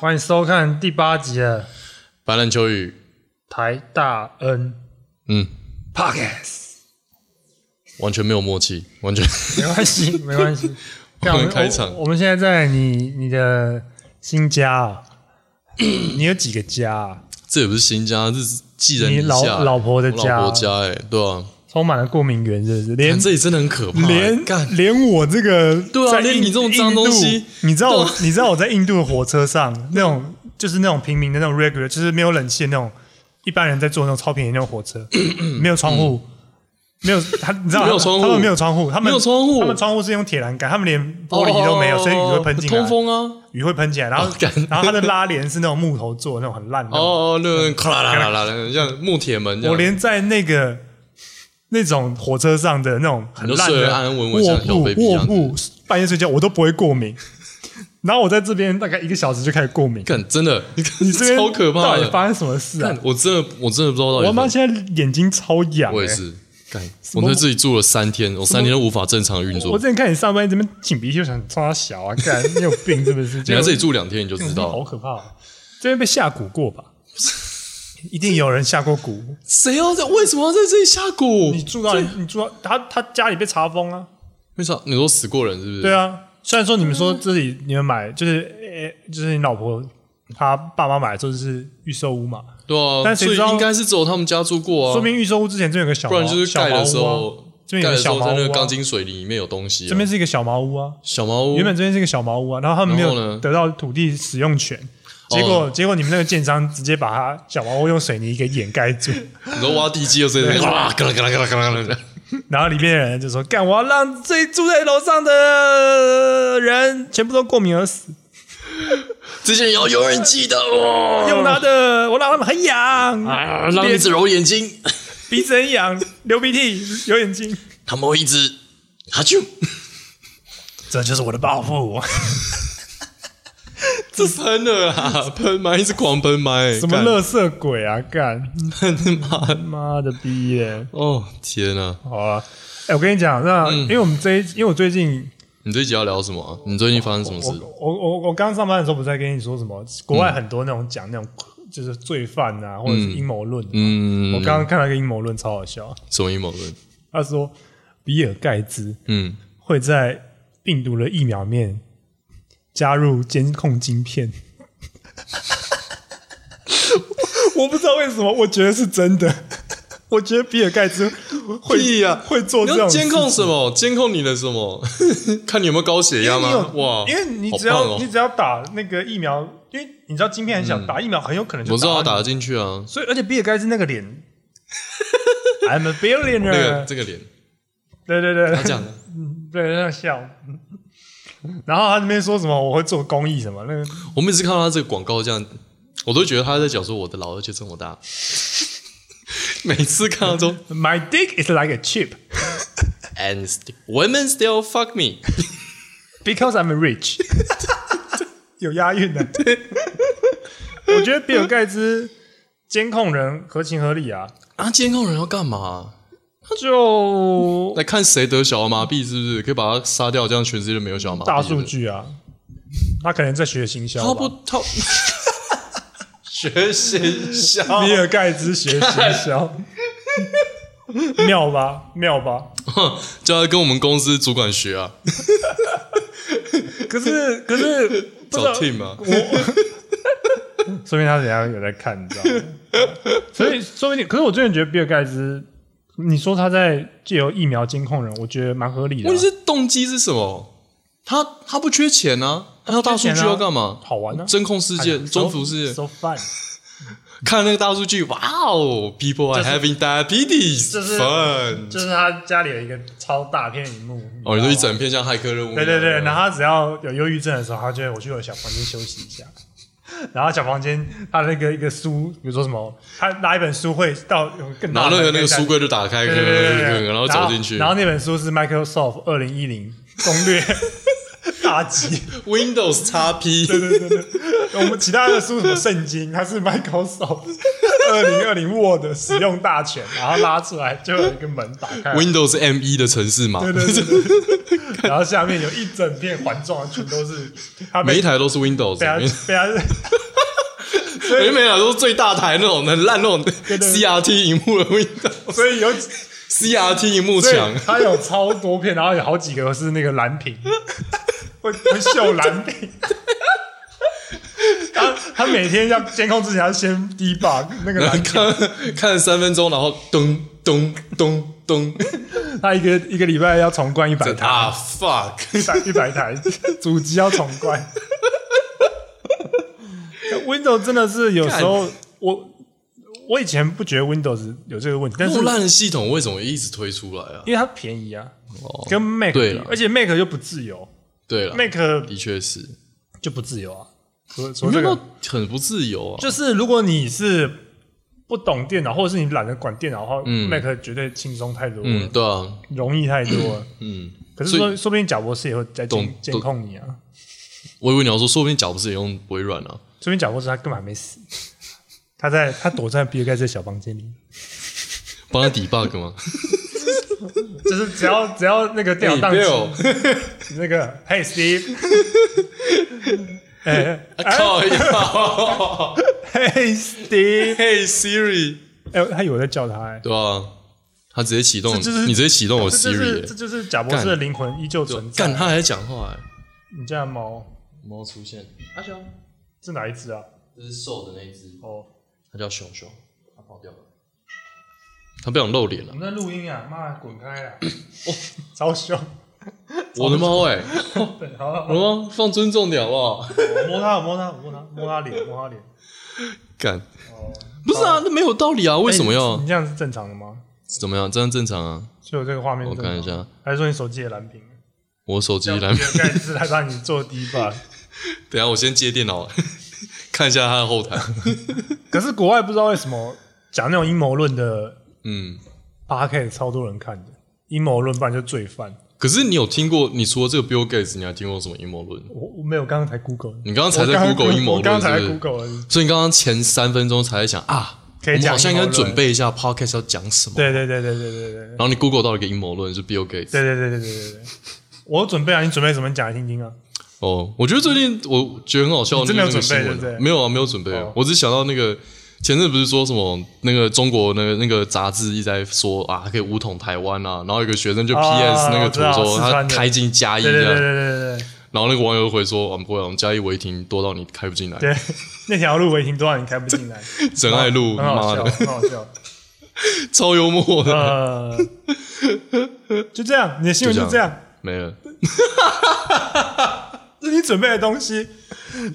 欢迎收看第八集的白兰秋雨，台大 N 嗯， Podcast，完全没有默契，完全没关系， 没关系。干我们开场我，我们现在在你你的新家、啊，你有几个家、啊？这也不是新家，这是寄人篱你老下欸老婆的我家老婆家哎、对啊，充满了过敏源，是不是？看连这里真的很可怕、欸，连干连我这个对啊在连印你这种脏印度东西你知道我对啊你知道我在印度的火车上那种就是那种平民的那种 regular，就是没有冷气的那种一般人在坐那种超便宜的那种火车，没有窗户，没有他你知道嗯没有窗户他们没有窗户，他们没有窗户哦他们窗户是用铁栏杆，他们连玻璃都没有，所以雨会喷进来，通风啊，雨会喷进来，然后哦干然后它的拉帘是那种木头做的那种很烂的那种，哦哦，那个咔啦啦啦啦啦，像木铁门这样，我连在那个那种火车上的那种很烂你就睡的得安安稳稳卧像小铺 baby 一卧样铺，半夜睡觉我都不会过敏。然后我在这边大概一个小时就开始过敏，干真的，你这边超可怕到底的，发生什么事啊干？我真的我真的不知道到底我怎妈么，现在眼睛超痒、欸，我也是，干，么我在这里住了三天，我三天都无法正常运我作之，前看你上班这边擤鼻涕，我想冲他小 啊，干你有病是不是？你来这结里住两天你就果知好道，可怕、啊，这边被下蛊过 吧？一定有人下过蛊。谁要在为什么要在这里下蛊？你住到你住到他他家里被查封啊？为啥？你说死过人是不是？对啊，虽然说你们说这里你们买就是诶、就是你老婆她爸妈买的时候就是预售屋嘛，对啊，但谁所以知道应该是只有他们家住过啊，说明预售屋之前这边有个小不茅，然就是小盖茅的时屋啊，候，这边盖有个的时小候茅在那个屋啊钢，筋水泥里面有东西、啊。这边是一个小茅屋啊，小茅屋原本这边是一个小茅屋啊，然后他们没然后有呢哦得到土地使用权。结果，结果你们那个建商直接把它小茅屋用水泥给掩盖住， 你说挖地基又是那个哇，嘎啦嘎啦嘎啦嘎啦嘎啦，然后里面的人就说：“干，我要让这住在楼上的人全部都过敏而死，这些人要有人记得哦，用他的，我让他们很痒。啊，让一直揉眼睛，鼻子很痒，流鼻涕，有眼睛，他们会一直哈啾，这就是我的报 复。这喷了啦，喷麦一直狂喷麦，什么乐色鬼啊！ 干干妈的？妈的逼耶！哦天啊！好啊，哎，我跟你讲，那、嗯因为我们这一，因为我最近你这一集要聊什么、啊？你最近发生什么我事？我我我刚上班的时候，不是在跟你说什么？国外很多那种讲那种就是罪犯啊，或者是阴谋论。嗯，我刚刚看到一个阴谋论，超好笑。什么阴谋论？他说，比尔盖茨嗯，会在病毒的疫苗里面加入监控晶片。 我不知道为什么，我觉得是真的。我觉得比尔盖茨会屁呀会做你这要种事监控什么？监控你的什么？ 看你有没有高血压因为吗？你有哇，因为你只好要、棒哦嗯你只要打那个疫苗，因为你知道晶片很小，打疫苗很有可能就我知道打到你，得进去啊，所以而且比尔盖茨那个 脸，I'm a 那个 billionaire，、这个脸，对对对，他讲的，对，那样笑。然后他那边说什么我会做公益什么，那个我每次看到他这个广告这样，我都觉得他在讲说我的老二就这么大。 每次看到都 My dick is like a chip and st- women still fuck me， because I'm rich 。 有押韵的。我觉得比尔盖茨监控人合情合理啊，啊，监控人要干嘛、就来看谁得小儿麻痹是不是？可以把他杀掉，这样全世界就没有小儿麻痹。大数，据啊。他可能在学行销他吧不， 他学习笑，哦比尔盖茨学行 销，妙吧妙吧。叫他跟我们公司主管学啊，可是可是不知找道 team 啊。说明他等一下有在看，你知道吗？ 所以说明你，可是我真的觉得比尔盖茨，你说他在借由疫苗监控人，我觉得蛮合理的啊、问题是动机是什么？他他不缺钱啊，他要大数据要干嘛？好玩呢、啊，真空世界、征服世界， ，so fun，看那个大数据，哇哦，people are having diabetes 这是 fun。就是他家里有一个超大片荧幕，哦，你知道说吗一整片像骇客任务一对样，对对，然后他只要有忧郁症的时候，他就会我去我的小房间休息一下。然后小房间，他那个一个书，比如说什么，他拿一本书会到有更然大后的那个那一个书柜就打开，对对对对对，然后走进去，然后那本书是 Microsoft 二零一零攻略，大集。 Windows XP，对对对对，我们其他的书什么圣经，它是 Microsoft 二零二零 Word 使用大全，然后拉出来就有一个门打开， Windows M E 一的城市嘛，对对对对对，然后下面有一整片环状，全都是它每被一台都是 Windows，被它每被它每每台都是最大台那种很烂那种对 CRT 荧幕的 Windows，CRT 所以有荧幕所以墙，它有超多片，然后有好几个是那个蓝 屏，会会秀蓝屏。他他每天要监控之前，他先 debug 那个然后蓝屏，看看三分钟，然后咚咚咚咚，他一个一个礼拜要重灌一百台，啊 fuck，一百一百台主机要重灌。Windows 真的是有时候我我以前不觉得 Windows 有这个问题，但是诺烂的系统为什么一直推出来啊？因为它便宜啊，哦跟 Mac 对比了而且 Mac 又不自由对了， ，Mac 的确是，就不自由啊。说说你这这个个很不自由啊，就是如果你是不懂电脑，或者是你懒得管电脑的话、嗯 m a c 绝对轻松太多了，嗯，对啊，容易太多了。嗯，可是所以说，说不定贾博士也会在监懂监控你啊。我以为你要说，说不定脚不是也用微软啊，说不定贾博士他根本还没死， 他在他躲在比尔盖茨的小房间里，帮他 debug 吗？就是只 要只要那个电脑哎宕，Bill 机，那个 Hey Steve，哎啊靠呀 Hey Steve， ，Hey Siri。哎，他以为我在叫他哎。对啊，他直接启动，这就是你直接启动我这就是 Siri，这欸就是贾博士的灵魂依旧存在。干他还在讲话哎，你家的猫猫出现，阿雄，是哪一只啊？这是瘦的那一只，哦，它叫熊熊，它跑掉了，它不想露脸了我，们在录音啊，妈滚开啊！哦，超凶！我的猫哎，对，好好，我的猫放尊重点好不好？我摸它，我摸它，我摸它，摸它脸，摸它脸。 干，哦，不是啊，那没有道理啊，为什么哎要你这样是正常的吗？怎么样？这样正常啊？所以我这个画面是我正常看一，下，还是说你手机也蓝屏？我手机来，比尔盖茨来让你做 d e 等一下我先接电脑， 看一下它的后台，可是国外不知道为什么讲那种阴谋论的嗯。八 K 超多人看的，阴谋论不然就罪犯。可是你有听过？你除了这个 Bill Gates，你还听过什么阴谋论？我我没有，刚刚才 Google，你刚刚才在 Google 阴谋我刚论，刚才是在不是？ Google 了。所以你刚刚前三分钟才在想啊，可以我讲们好像阴应谋该论准备一下 podcast 要讲什么。对对对对对对对然后你 Google 到了一个阴谋论是 Bill Gates。对对对对对对对。我有准备啊，你准备什么？你讲来听听啊。哦，我觉得最近我觉得很好笑，嗯你真的有那个准备新闻啊对不对没有啊，没有准备啊哦我只想到那个前阵不是说什么那个中国那个那个杂志一直在说啊，可以武统台湾啊，然后有个学生就啊 PS 那个我图知道说四他川的开进嘉义对这对对对样，对对然后那个网友回说，我们不会啊，我们嘉义违停多到你开不进来，对，对那条路违停多少你开不进来，仁爱 路很好妈笑，的很好笑。超幽默的，呃，就这样，你的新闻就就这这样，没了。这是你准备的东西，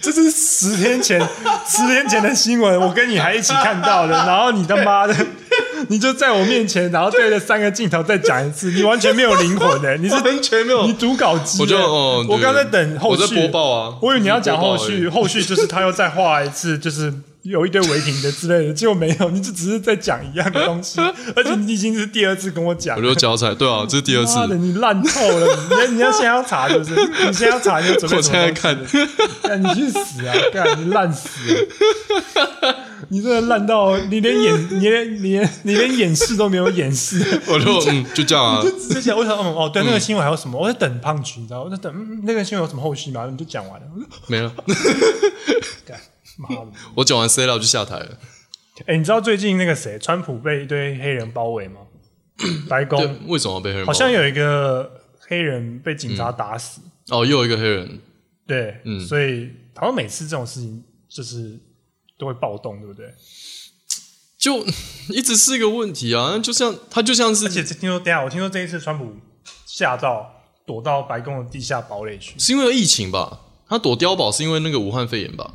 这是十天前十天前的新闻，我跟你还一起看到的，然后你他妈的。你就在我面前，然后对着三个镜头再讲一次，你完全没有灵魂的、你是完全没 有你读稿机欸、我就哦，我对刚在等后续我在播报啊，我以为你要讲后我在续，播后续就是他又再画一次，就是有一堆违停的之类的，结果没有，你就只是在讲一样的东 西，而且你已经是第二次跟我讲我。就交差，对啊，这是第二次妈，的，你烂透了！你要你要现在要查是不 是？你现在要查，你要准备我什现么在东西看，干你去死啊！干你烂死了！你真的烂到你连演你连你连你连演示都没有演示， 我就嗯，就这样啊，之前我想嗯哦，对，那个新闻还有什么？我在等胖菊，你知道吗？我在等、嗯、那个新闻有什么后续吗？你就讲完 了。我说没了。干妈的！我讲完 C 了就下台了。哎、你知道最近那个谁，川普被一堆黑人包 围吗？白对宫，为什么被黑人包哦好围？像有一个黑人被警察打死，哦，又有一个黑人，对，嗯所以好像每次这种事情就是都会暴动，对不嗯对？就一直是一个问题啊。就像他就像而且是，听说，等一下我听说这一次川普吓到躲到白宫的地下堡垒去。是因为疫情吧？他躲碉堡是因为那个武汉肺炎吧？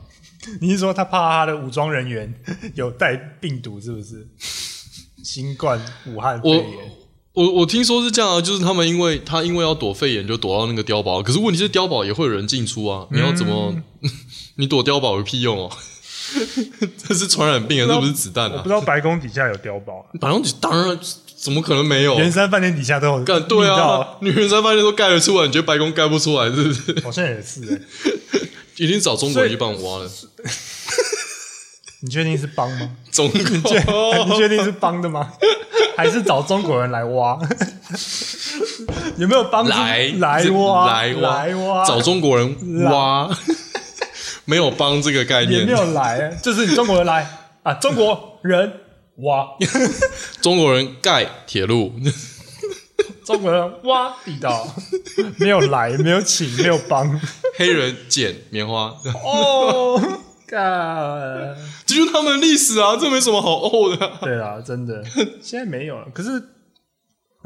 你是说他怕他的武装人员 有带病毒，是不是？新冠武汉肺我炎，我我听说是这样啊，就是他们因为他因为要躲肺炎就躲到那个碉堡，可是问题是碉堡也会有人进出啊，你要怎么？嗯 你躲碉堡有屁用哦？ 这是传染病啊，知道这不是子弹我不啊！知道白宫底下有碉堡啊、白宫当然怎么可能没有？圆山饭店底下都有干对密道啊，女人山饭店都盖得出来，你觉得白宫盖不出来是不是？好像也是、欸。一定找中国人去帮我挖的。你确定是帮吗？ 哎中国，哦你确定是帮的 吗？还是找中国人来挖？ 有没有帮助来来这挖来挖来挖？找中国人挖， 没有帮这个概也念没，有 来，欸就是你中国人来啊，中国人挖，中国人盖铁路， 中国人挖地道，没有来，没有请，没有帮。黑人捡棉花， 哦， 干，这就是他们的历史啊，这没什么好怄的啊、对啊，真的，现在没有了。可是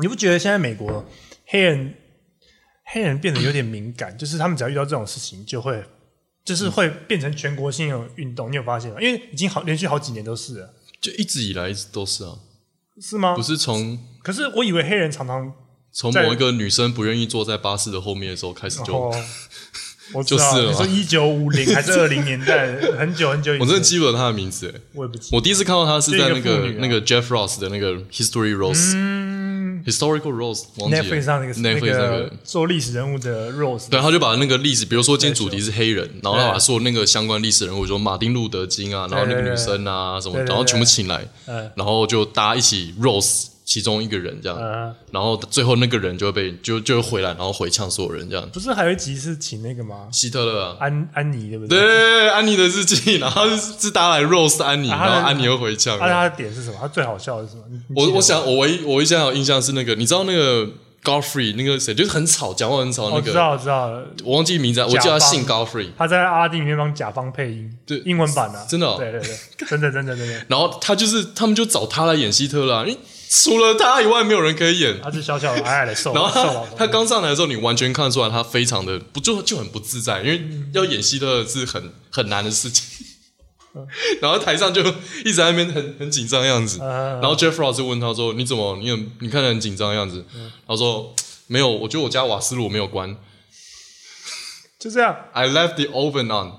你不觉得现在美国黑人黑人变得有点敏感，就是他们只要遇到这种事情，就会就是会变成全国性的运动。你有发现吗？因为已经好连续好几年都是了，就一直以来一直都是啊，是吗不？是从可是我以为黑人常常从在某一个女生不愿意坐在巴士的后面的时候开始就，哦，我知就道是了你说一九五零还是二零年代，很久很久以前，我真的记不得她的名字、欸，我也不记。我第一次看到她是在那就一个妇个女啊那个 Jeff Ross 的那个 History Rose、嗯 Historical Rose 忘记了 Netflix 上那个 Netflix 那个个做历史人物的 Rose，对，他啊就把那个历史，比如说今天主题是黑人，然后他把所有那个相关历史人物，比如说马丁路德金啊，然后那个女生啊什么，对对然后全部请来，嗯然后就大家一起 rose 其中一个人这样，呃，然后最后那个人就会被就就会回来，然后回呛所有人这样。不是还有一集是请那个吗？希特勒啊，安安妮对不对对？对对对安妮的日记，然后是是大家来 rose 安妮，啊然他的后安妮会回呛。啊，他的点是什么？他最好笑的是什么？你你记我得吗哦我想我唯一我唯一现在有印象是那个，你知道那个 Godfrey 那个谁，就是很吵，讲话很吵那我知道个，我知道了，我忘记名字啊，我记得他姓甲方 Godfrey。他在阿拉丁里面帮甲方配音，对英文版的，真的哦对对对，真的真的真的，然后他就是他们就找他来演希特勒啊、因为除了他以外没有人可以演。他是小小的矮矮的瘦， 然后瘦老他头他刚上来的时候，你完全看得出来他非常的不就就很不自在，因为要演希特勒是很很难的事情。 然后台上就一直在那边很很紧张的样子，嗯然后 Jeff Ross 就问他说：“你怎么你很你看起来很紧张的样子？”嗯他说：“没有，我觉得我家瓦斯炉没有关就这样， ，I left the oven on。”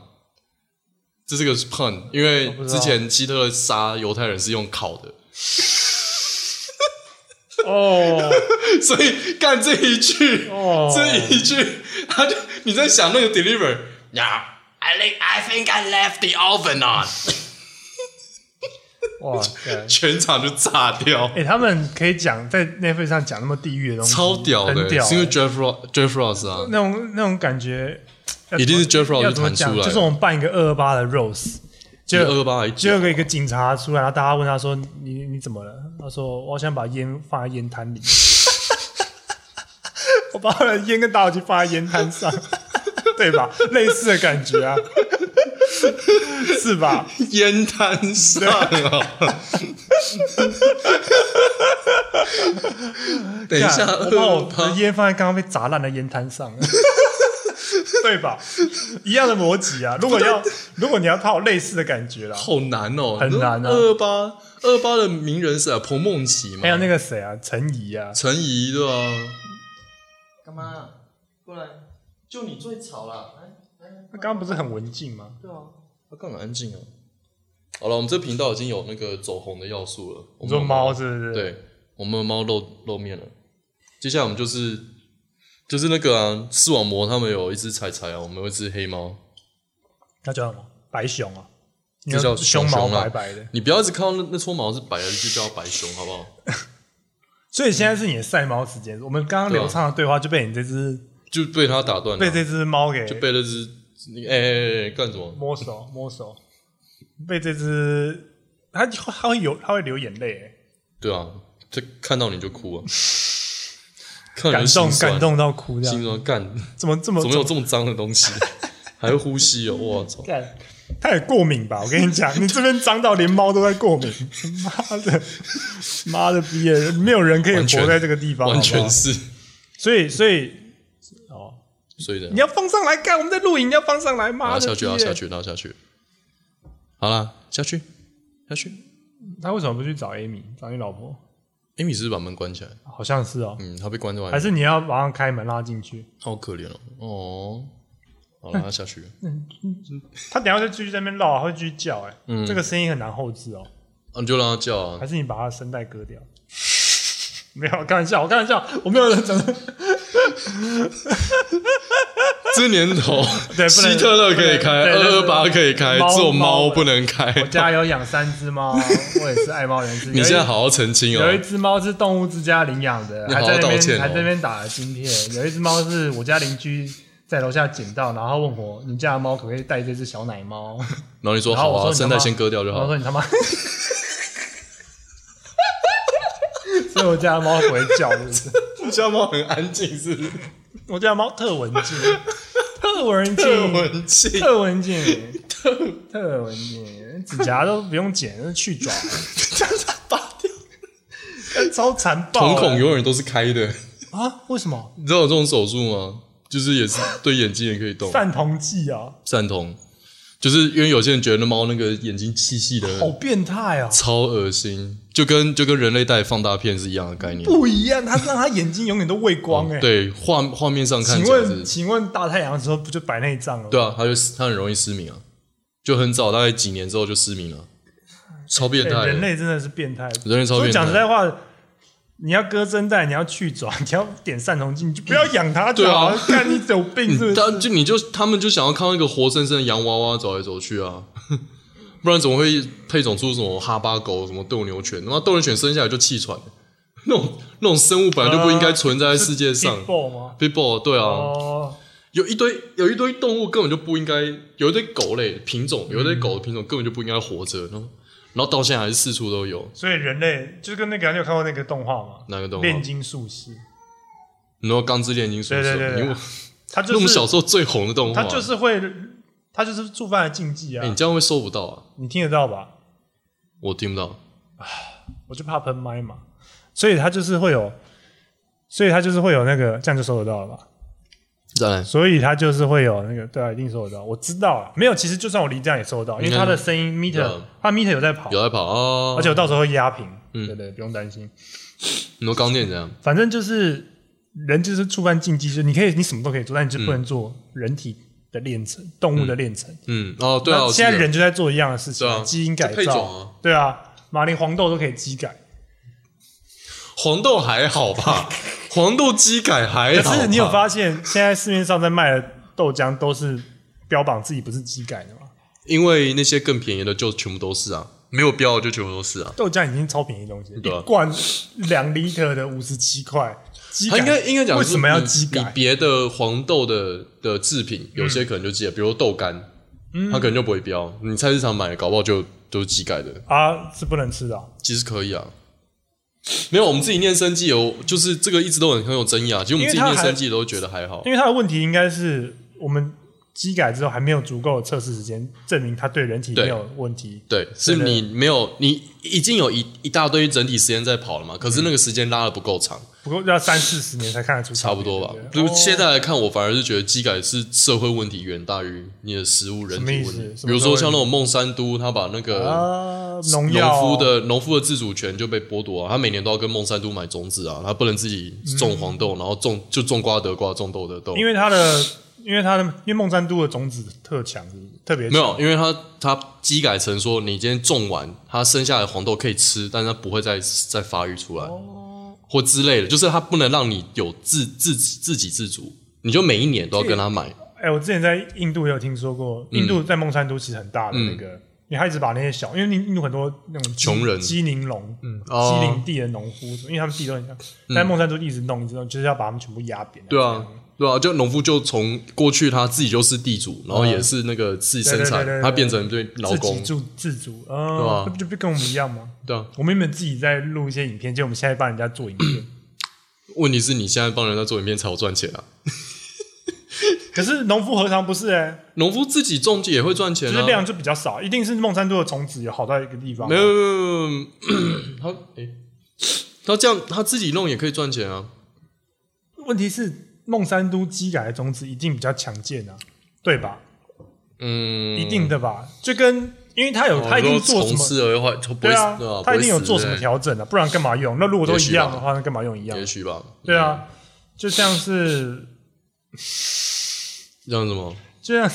这是个 pun，因为不知道之前希特勒杀犹太人是用烤的，哦 所以干这一句，哦，这一句，他就你在想那个 deliver 呀、 I think I think I left the oven on. 哇塞。全场就炸掉，哎、他们可以讲在 Netflix 上讲那么地狱的东西，超屌的、很屌、是因为欸 Jeff Ross Jeff Ross 啊，那种那种感觉，要一定是 Jeff Ross 要怎么就弹讲出来就是我们办一个二二八的 Rose，就二八就有一个警察出来，然后大家问他说：“你你怎么了？”他说：“我好想把烟放在烟摊里， 我把我的烟跟打火机放在烟摊上，对 吧？类似的感觉啊， 是吧？烟摊上 啊。等一下，干我把我的二烟放在刚刚被砸烂的烟摊上， 对吧？一样的逻辑 啊。如果要如果你要套类似的感觉啦，好难哦，很难啊二八二八的名人是啊，彭梦琪嘛，还有那个谁啊，陈怡啊，陈怡对吧、干嘛？过来，就你最吵了。哎他刚刚不是很文静吗？对啊，他更安静哦。好了，我们这频道已经有那个走红的要素了。你我们说有猫是不是？，对，我们的猫露露面了。接下来我们就是就是那个啊，视网膜他们有一只彩彩啊，我们有一只黑猫。那叫什么？白熊啊，这叫胸熊毛啊白白的。你不要一直看到那那撮毛是白的，就叫它白熊，好不好？所以现在是你的晒猫时间。我们刚刚对啊流畅的对话就被你这只就被它打断了，被这只猫给就被那只你哎哎哎干什么？摸手摸手，被这只它它会有它会流眼泪欸、对啊，这看到你就哭 啊，看到感你就动心酸感，动到哭这心样，酸干，怎么这么怎么有这么脏 的东西？还会呼吸哦，我操！干？它也过敏吧？我跟你 讲，你这边脏到连猫都在过敏， 妈的，妈的逼耶！没有人可以完全活在这个地方，完好不全好是，所以，所以，哦，所以的你。要放上来干，我们在录影，你要放上来，妈啊，的，下去啊，爹下。去，然后下去。好啦，下去，下去。他为什么不去找 Amy，找你老婆？艾米是不是把门关起来，好像是哦，嗯，他被关在外还面，是你要马上开门拉进去？好可怜哦。哦，好了，下去。啊他等一下就继续在那边绕，他会继续叫、哎，嗯这个声音很难后置哦， 啊，你就让他叫啊还，是你把他声带割掉？ 没有，开玩笑，我开玩笑，我没有认 真。这年头，对，不能希特勒可以开，对对二二八可以开，猫只有猫猫不能开。我家有养三只猫，我也是爱猫人士。 你现在好好澄清有一哦，只猫是动物之家领养的，你还好好在那道歉边哦还在那边打了津贴。有一只猫是我家邻居在楼下捡到，然后问我你家的猫可不可以带这只小奶猫？然后你说然后好我说啊，你他声妈带先割掉就然好后说了。你他妈， 所以我家的猫不会叫，是不是？你家猫很安静，是不是？我家的猫特文静，特文特静，文 静，特文静，特特文静，指甲都不用剪，去 爪，拔掉。超残暴瞳的。孔永远都是开的，啊？为什么？你知道有这种手术吗？就是也是对眼睛也可以 动，散瞳剂啊，散瞳，就是因为有些人觉得猫那个眼睛细细好的，变态哦！超恶心，就跟就跟人类带放大片是一样的概念。不一样，他让他眼睛永远都畏光哎、哦对，画画面上看请起来问，是，请问大太阳的时候不就白内障了？对，啊，它就它很容易失明啊，就很早，大概几年之后就失明了，超变态的。欸人类真的是变态。人类超所以变讲实在态，话，你要割声带，你要去爪， 你要点散瞳剂，你就不要养它就对啊好了。看你有病是不但是？就 你就他们就想要看到一个活生生的洋娃娃走来走去啊， 不然怎么会配种出什么哈巴狗、什么斗牛犬？他妈斗牛犬生下来就气喘，那种那种生物本来就不应该存在在世 界上。暴吗？ b i b o 对啊，哦，有一堆有一堆动物根本就不应该，有一堆狗类品种，嗯有一堆狗的品种根本就不应该活着，然后然后到现在还是四处都有。所以人类就跟那个你有看过那个动画吗？哪个动物？炼金术师，你说《钢之炼金术士》对对对对因为他那我就们小是时候最红的动画，他就是会，他就是触犯了禁忌啊哎，！你这样会收不到啊，你听得到吧？我听不到。我就怕喷麦嘛，所以它就是会有，所以它就是会有那个，这样就收得到了吧？再来，所以它就是会有那个，对啊，一定收得到。我知道啊，没有，其实就算我离这样也收得到，因为它的声音 meter，嗯它 meter 有在跑，有在跑啊，而且我到时候会压平，嗯对对，不用担心。你说钢电怎样？反正就是人就是触犯禁忌，就是你可以你什么都可以做，但你就不能做人体的炼成、动物的炼成。嗯，哦，对啊，那我记现得在人就在做一样的事情，对啊基因改就配造，种啊对啊，马铃黄豆都可以基改。黄豆还 好吧？黄豆机改还哎好可吧，是你有发现，现在市面上在卖的豆浆都是标榜自己不是机改的吗？因为那些更便宜的就全部都是啊，没有标的就全部都是啊。豆浆已经超便宜的东西了，对啊一罐两 liter 的五十七块，机他改应该应该讲为是什么要你机你改？别的黄豆的的制品，有些可能就机改，比如豆干，嗯它可能就不会标。你菜市场买的，搞不好就都是机改的，啊，是不能吃的啊、其实可以啊。没有，我们自己念生计有，就是这个一直都很很有争议啊。其实我们自己因为它念还生计都觉得还好因，为它的问题应该是我们机改之后还没有足够的测试时间证明它对人体对没有问题。对，是对对你没有，你已经有一一大堆整体时间在跑了嘛，可是那个时间拉的不够长，不过要三四十年才看得嗯出差差不多吧。对就不是对现哦在来看，我反而是觉得机改是社会问题远大于你的食物人体问什么意题思。什么比如说像社会问题那种孟山都，他把那个啊，农农药啊夫的农夫的自主权就被剥夺啊，他每年都要跟孟山都买种子啊，他不能自己种黄豆，然后种就种瓜得瓜，种豆得豆。嗯因为它的，因为它的，因为孟山都的种子特强，是不是特别没强有，因为他他机改成说，你今天种完，它生下来的黄豆可以吃，但是它不会再再发育出来，或之类的，就是它不能让你有自自自给自足，你就每一年都要跟他买。哎、我之前在印度也有听说过，印嗯度在孟山都其实很大的那个，因为他一直把那些小，因为印印度很多那种基穷人基宁农、哦嗯基宁地的农夫，因为他们地都很小，但孟山都一直弄，一直弄，就是要把他们全部压扁。对啊，对啊，就农夫就从过去他自己就是地主，然后也是那个自己生对对对对产，对他变成对劳自己工，住自足，嗯、对啊那不就不跟我们一样吗？对啊。我们原本自己在录一些影片，结果我们现在帮人家做影 片。问题是你现在帮人家做影片才有赚钱啊，可是农夫何尝不是哎、农夫自己种也会赚就钱是啊。量就比较少，一定是孟山都的种子有好到一个地方。没有没有没有，没有他诶、他这样他自己弄也可以赚钱啊。问题是孟山都基改的种子一定比较强健啊，对吧？嗯，一定的吧？就跟因为他有他一定做什哦从么，事而坏，不会对啊死吧，他一定有做什么不会死调整啊，不然干嘛用？那如果都也许一吧样的话，那干嘛用一对样也？许吧。对啊，就像是嗯，这样什么就像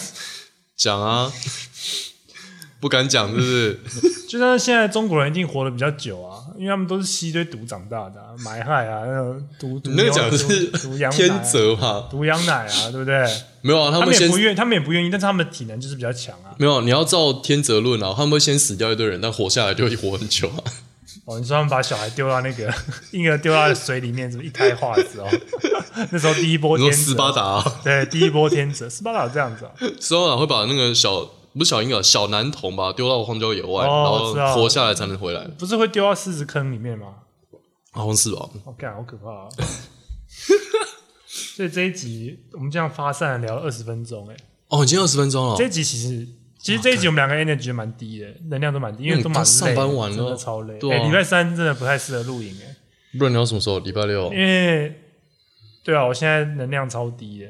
讲啊？ 不敢讲，是不 是？就像现在中国人一定活得比较久啊，因为他们都是吸一堆毒长大的、啊，埋害啊，那种毒毒你那个牛讲的毒是毒羊奶天啊、择吧？毒羊奶啊，对不对？没有啊， 他他们们也先不愿，他们也不愿意，但是他们的体能就是比较强啊。没有，你要照天择论啊，他们会先死掉一堆人，但活下来就会活很 久啊。哦，你说他们把小孩丢到那个 婴儿丢到水里面，是不是一胎化之后？ 那时候第一波你说天斯择，巴达、啊，对，第一波天择，斯巴达有这样子啊？斯巴达会把那个小不是小婴儿，小男童吧，丢到荒郊野外，哦然后活我知下来才能回来，不是会丢到狮子坑里面吗？好像是吧？我、哦、干，好可怕啊！所以这一集我们这样发散聊了二十分钟、欸，哎，哦，已经二十分钟了这，一集其实其实这一集我们两个 energy 蛮低的，能量都蛮低，因为都蛮累的嗯刚上班完了真的超累。对啊欸礼拜三真的不太适合录影、欸，不然你要什么时候？礼拜六？因为对啊，我现在能量超低的，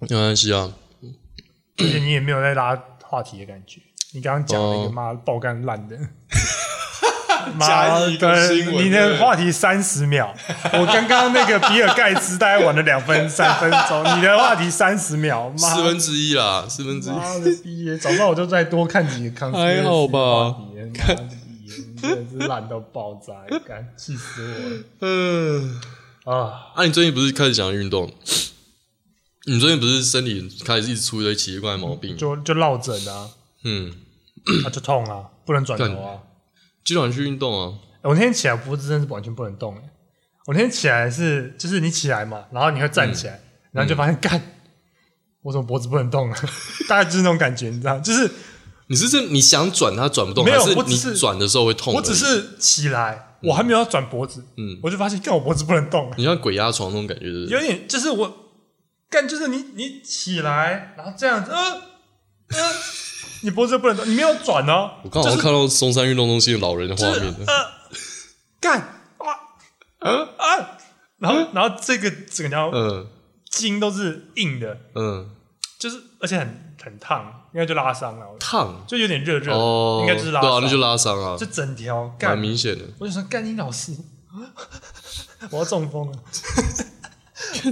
没关系啊，而且你也没有在拉话题的感觉。你刚刚讲了一哦个妈爆干烂的， 加妈一个新的，闻你对不的对话题三十秒，我刚刚那个比尔盖茨大概玩了两分三分钟，你的话题三十秒，妈四分之一啦，四分之一。妈的逼耶！早知道我就再多看几个康斯 还好吧妈的逼耶，你真的是烂到爆炸，干气死嗯，我了啊！啊，你最近不是开始想运动？你最近不是身体开始一直出一堆奇奇怪怪的毛病？就就落枕啊，嗯，啊就痛啊，不能转头啊。今晚去运动啊？欸我那天起来脖子真的是完全不能动哎、我那天起来是就是你起来嘛，然后你会站起嗯来，然后就发现干、我怎么脖子不能动了、 大概就是那种感觉，你知道，就是你是这你想转它转不动，没还有是我只是你转的时候会痛而已？我只是起来，我还没有要转脖子，嗯我就发现干我脖子不能动了，你像鬼压床那种感觉，对不对有点就是我干就是你你起来，然后这样子，呃呃，你脖子就不能动，你没有转哦，呃我刚好像看到松山运动中心的老人的画 面了。干啊啊啊，然后然后这个整条嗯筋都是硬的。嗯，就是而且很很烫，应该就拉伤了，我烫就有点热热，啊哦，应该就是拉对伤，啊，那就拉伤啊就，整条干蛮。明显的。我就说干你老师， 我要中风了。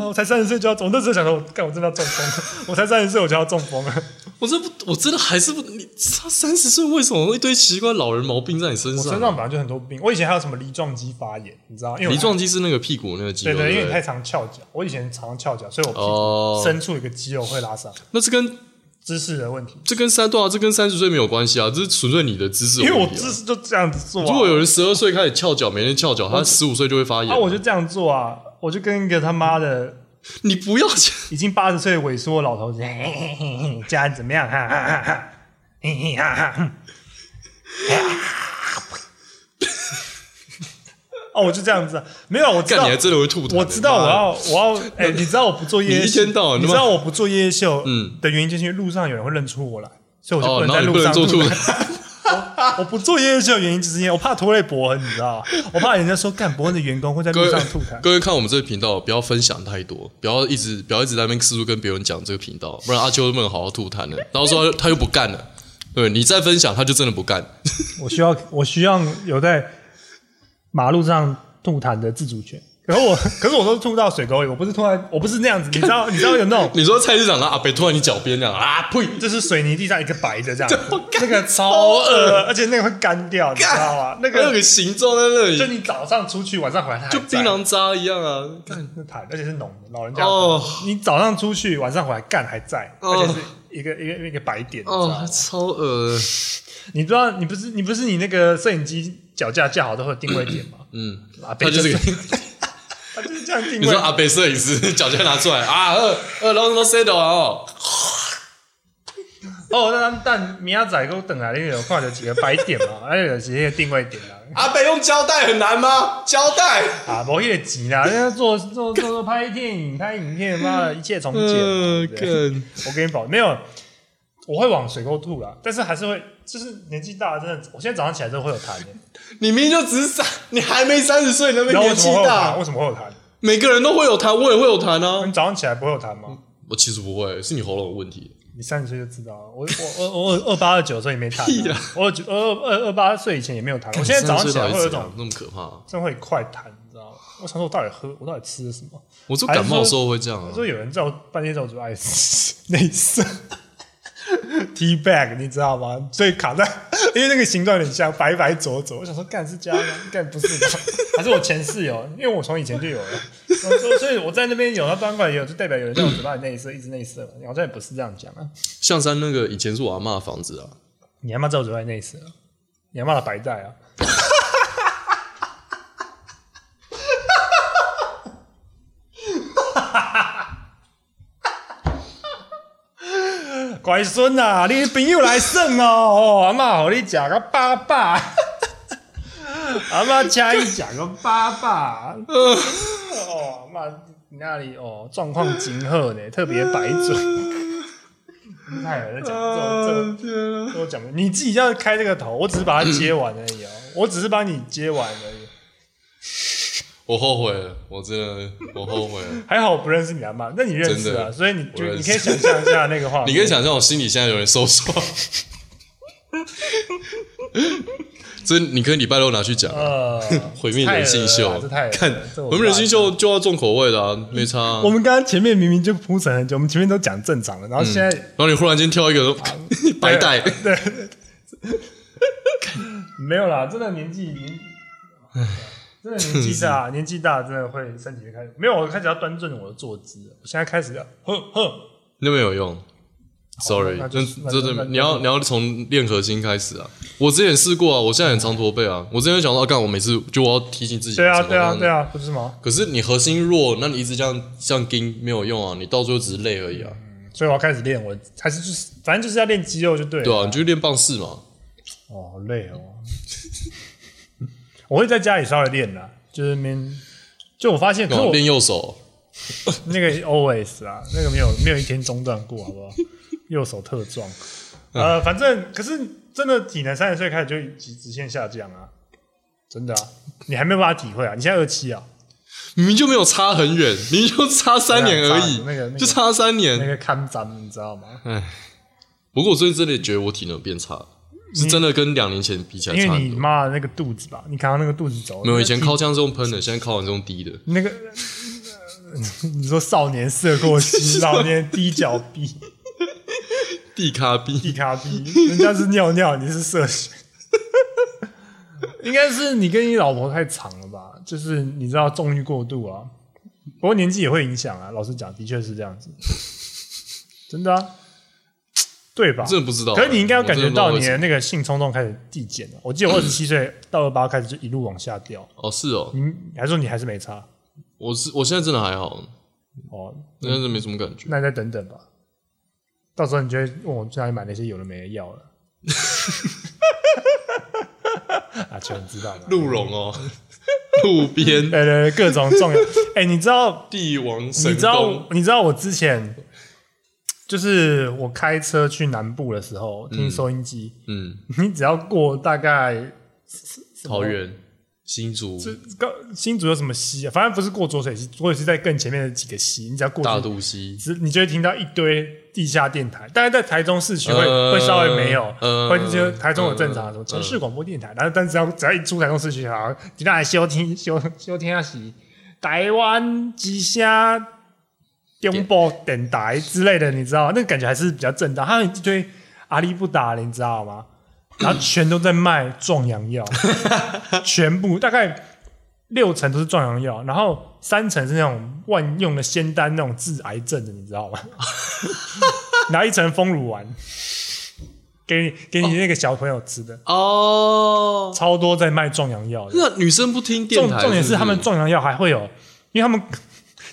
啊、我才三十岁就要中，我那时候想说，我干我真的要中风了，我才三十岁我就要中风了，我这不，我真的还是不，你他三十岁为什么一堆奇怪老人毛病在你身我上？身上本来就很多病，我以前还有什么梨状肌发炎，你知道，因为我梨状肌是那个屁股那个肌对肉，对，因为不你太常翘脚，我以前常翘脚，所以我屁哦股深处有个肌肉会拉伤，那这跟姿势的问题，这跟三对啊，这跟三十岁没有关系啊，这是纯粹你的姿势、因有为我问题啊姿势就这样子做、啊，如果有人十二岁开始翘脚，每天翘脚，他十五岁就会发炎。啊我就这样做啊，我就跟一个他妈的你不要，已经八十岁萎缩的老头子，嘿嘿嘿嘿，家人怎么样？哈哈哈哈，嘿嘿哈哈。哼哦，我就这样子啊，没有，我知干道你，还真的会吐痰。欸我知道我妈的要，我要，哎，你知道我不做夜，你一天到晚你他妈知道我不做夜秀，嗯的原因就是因为路上有人会认出我来，所以我就哦，不能然后在你路不能上做吐吐痰。痰， 我不做夜秀的原因就是因为我怕拖累伯恩，你知道吗？我怕人家说干伯恩的员工会在各路位上吐痰。各位看我们这个频道，不要分享太多，不要一直不要一直在那边四处跟别人讲这个频道，不然阿秋不能好好吐痰了。然后说他他又不干了，对你再分享他就真的不干。我需要我需要有在马路上吐痰的自主权。可是我 可是我都是吐到水沟里，我不是吐在，我不是那样子，你知道你知道有那种你说菜市场的阿北突然你脚边这样啊呸！就是水泥地上一个白的这 样子我，干那个超恶，而且那个会干掉，你知道吗？那还有个个形状在那就里，你早上出去，晚上回来它还就在槟榔渣一样啊！干那痰，而且是浓的，老人家哦你早上出去，晚上回来干还在，哦而且是一个一个一个白点，你知道吗哦，超恶的。你不知道你不是你不是你那个摄影机脚架架好都会有定位点 吗？嗯，啊，他就 是个。他就是这样定你位说。阿北摄影师脚架拿出来啊，二二龙龙 C 斗啊哦， 哦，那咱但明仔载我等来，你有看到几个白点嘛？ 哎，有些定位点啦，阿北用胶带很难吗？胶带，啊，无迄个钱啦，人家做做做做拍电影、拍影片，妈的，一切从简嗯呃嘛。对不对更 我跟你保，没有，我会往水沟吐啦，但是还是会，就是年纪大了，真的，我现在早上起来都会有痰的。你明明就只是三，你还没三十岁，你那边然后年为纪什么会有痰？大为，什么会有痰？每个人都会有痰，我也会有痰啊。你早上起来不会有痰吗？我其实不会，是你喉咙有问题。你三十岁就知道了。我我我我二八二九岁也没痰 屁啊啦，我二二二二八岁以前也没有痰。我现在早上起来会有一30岁到底怎种样那么可怕？真会快痰，你知道吗？我想说，我到底喝，我到底吃了什么？我做感冒的时候会这样 啊我。说有人在我半夜在我做爱死内射， T bag，你知道吗？所以卡在，因为那个形状有点像白白浊浊。我想说，干是家吗？干不是吧？还是我前室友？因为我从以前就有了，我说所以我在那边有，他端过来也有，就代表有人在我嘴巴里内射，一直内射嘛。好像也不是这样讲啊。象山那个以前是我阿妈的房子啊，你他妈在我嘴巴里内射啊，你他妈的白带啊！乖孙啊，你的朋友来耍哦，哦阿妈，互你食个爸爸，阿妈请你食个爸爸。哦，阿妈你那里哦状况真好呢，特别白 准。太有人在讲这种这天啊！种，我讲不你自己要开这个头，我只是把它接完而已 哦，我只是帮你接完而已。我后悔了，我真的，我后悔了。还好我不认识你阿妈，那你认识真啊，的所以你就我认你识可以想象一下那个画面。 你可以想象我心里现在有点 受伤。这你可以礼拜六拿去讲啊、 呃，毁灭人性秀这太恶了啦这太恶了看这我毁灭人性不秀就要重口味的、啊，没差啊、我们刚刚前面明明就铺陈很久，我们前面都讲正常的，然后现在、啊然后你忽然间挑一个嗯 白带，没有啦，真的年纪年， 真的年纪 大，年纪大真的会身体就开始没有，我开始要端正我的坐姿了，我现在开始要哼哼，那没有用。Sorry，哦那就那那这就这那就你要你要从练核心开始啊！我之前试过啊，我现在很常驼背啊。我之前想到，啊干、我每次就我要提醒自己，对啊怎么对啊样对啊，不是吗？可是你核心弱，那你一直这样像筋没有用啊，你到最后只是累而已啊。所以我要开始练，我还是就是反正就是要练肌肉就对了，对啊，你就练棒式嘛。哦，好累哦。 我会在家里稍微练啦，就是那边，就我发现，可然是后我啊练哦右手，那个 always 啊，那个没有没有一天中断过，好不好？ 右手特壮，嗯呃，反正可是真的体能三十岁开始就直直线下降啊，真的啊，你还没有办法体会啊，你现在二七啊，明明就没有差很远， 明明就差三年而已，啊那个那个就差三年。那个看咱们你知道吗？嗯不过我最近真的觉得我体能变差，是真的跟两年前比起来因差为很你多。妈的那个肚子吧，你看到那个肚子走，没有以前那靠枪是用喷的，现在靠完是用滴的。那个，你说少年色过 膝，老年低脚逼。地咖地逼，咖逼，人家是尿尿，你是射血。应该是你跟你老婆太长了吧？就是你知道纵欲过度啊，不过年纪也会影响啊。老实讲，的确是这样子，真的啊，对吧？真的不知道。可是你应该要我真感的觉不知道到为你什的么那个性冲动开始递减了。我记得我二十七岁到二八开始就一路往下掉，哦，是哦，你还说你还是没差我是我现在真的还好，哦，现在真的没什么感觉。那你再等等吧。到时候你就会问我去哪里买那些有的没的药了。啊，全知道的。鹿茸哦， 路边对对对，各种重要。哎、你知 道，帝王神你功，知道，你知道我之前就是我开车去南部的时候，听收音机，嗯，你只要过大概桃园、新竹、这高新竹有什么溪啊？反正不是过浊水溪，浊水溪在更前面的几个溪，你只要过去大肚溪，只你就会听到一堆地下电台，大概在台中市区会、呃会稍微没有，呃会就台中有正常的什么呃城市广播电台，然后但只要只要一出台中市区，好像你那收听收收听啊是台湾之声中部电台之类的，你知道吗那个感觉还是比较正当。还有一堆阿里不达的，你知道吗？然后全都在卖壮阳 药，全部大概六成都是壮阳药，然后三成是那种万用的仙丹那种治癌症的，你知道吗？ 拿一层丰乳丸给你给你那个小朋友吃的，哦，超多在卖壮阳药的。那女生不听电重台，重点是是他们重壮阳药还会有，因为他们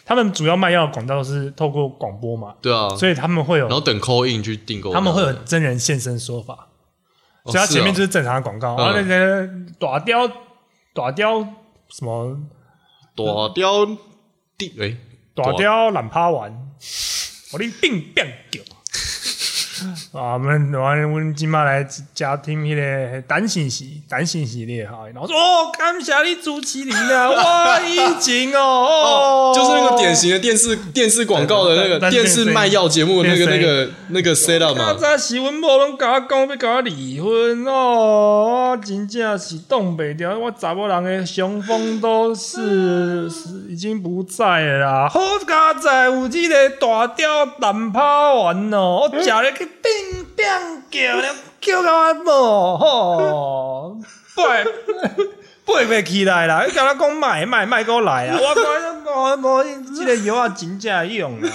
他们主要卖药的管道是透过广播嘛，对啊，所以他们会有然后等 call in 去订购，他们会有真人现身说法，哦，所以它前面就是是正常的广告，嗯然后那些打雕打雕什么躲雕地，哎，大雕懒趴完，我恁病病 叫。啊，我们我们我们今麦来加听迄个单信息，单信息列哈，然后说哦，感谢你朱麒麟 啊，哇，疫情哦，哦哦，就是那个典型的电视电视广告的那对对个对电视卖药节目的那个那电视个那个 set up 较嘛，早时阮某拢甲我讲要甲我离婚哦，我真正是挡袂牢，我查某人的雄风都是是已经不在了啦。好佳哉有即个大雕蛋泡丸哦，我食了去冰冰样叫了，叫到我无吼，背背袂起来啦！你甲我讲卖卖卖过来啊！我讲我无即个药啊，真正用啦！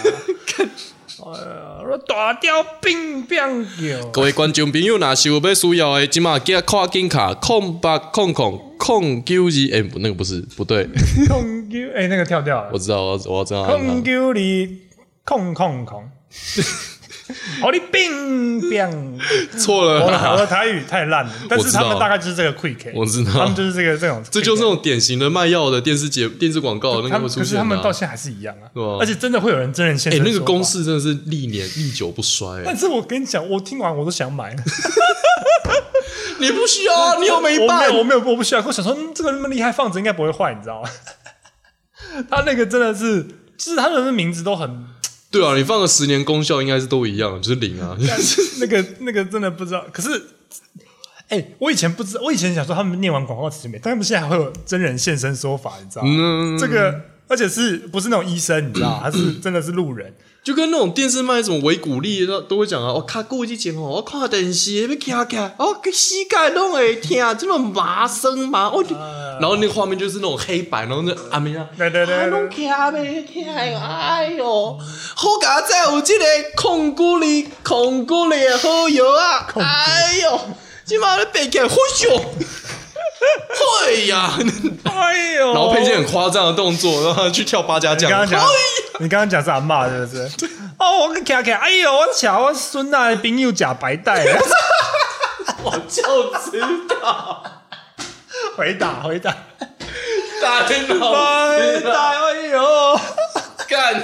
哎呀，我大雕乒乒各叫，位观众朋友，若是有要需要的，即马记跨金卡空八空空空九二，哎、不那个不是，不对，空九哎，那个跳掉了我，知道，我我知道。空九里空空 空，哦，你乒乒。我错了的啦，我的台语太烂了，但是他我们知道大概就是这个 quick，欸我知道他们就是这个这种 quick，这就是那种典型的卖药的电视节、电视广告那他个们会可出是现的、他啊。们到现在还是一样啊对啊，而且真的会有人真人现哎、身，那个公，式真的是历年历久不衰、哎但是我跟你讲，我听完我都想买，你不需要啊，你又没我没办有，。我没有，我不需要，我想说，嗯，这个那么厉害，放着应该不会坏，你知道吗？ 他那个真的是，就是他的名字都很对啊，你放个十年功效应该是都一样，就是零啊。 那个那个真的不知道，可是，哎、我以前不知道，我以前想说他们念完广告词没，但他们现在还会有真人现身说法，你知道吗？嗯这个而且是不是那种医生，你知道 吗，他是真的是路人，就跟那种电视卖什么维骨力，都都会讲啊，我卡过去前哦，我看电视要看看，哦，个膝盖拢会疼，这么麻生麻，哦，然后那个画面就是那种黑白，然后那阿明啊，对对对啊拢徛袂起来，哎哟，好佳哉有即个控骨力、控骨力的好药啊，哎哟，即马咧爬起来，好笑，会呀，哎呦，然后配一些很夸张的动作，让他去跳八家你将，刚刚讲哎呀，你刚刚讲是阿骂是不 是？哦，我跟卡卡，哎呦，我巧，我孙啊，朋友假白带，我就知道。回打回打，大脑白带，哎呦， 干，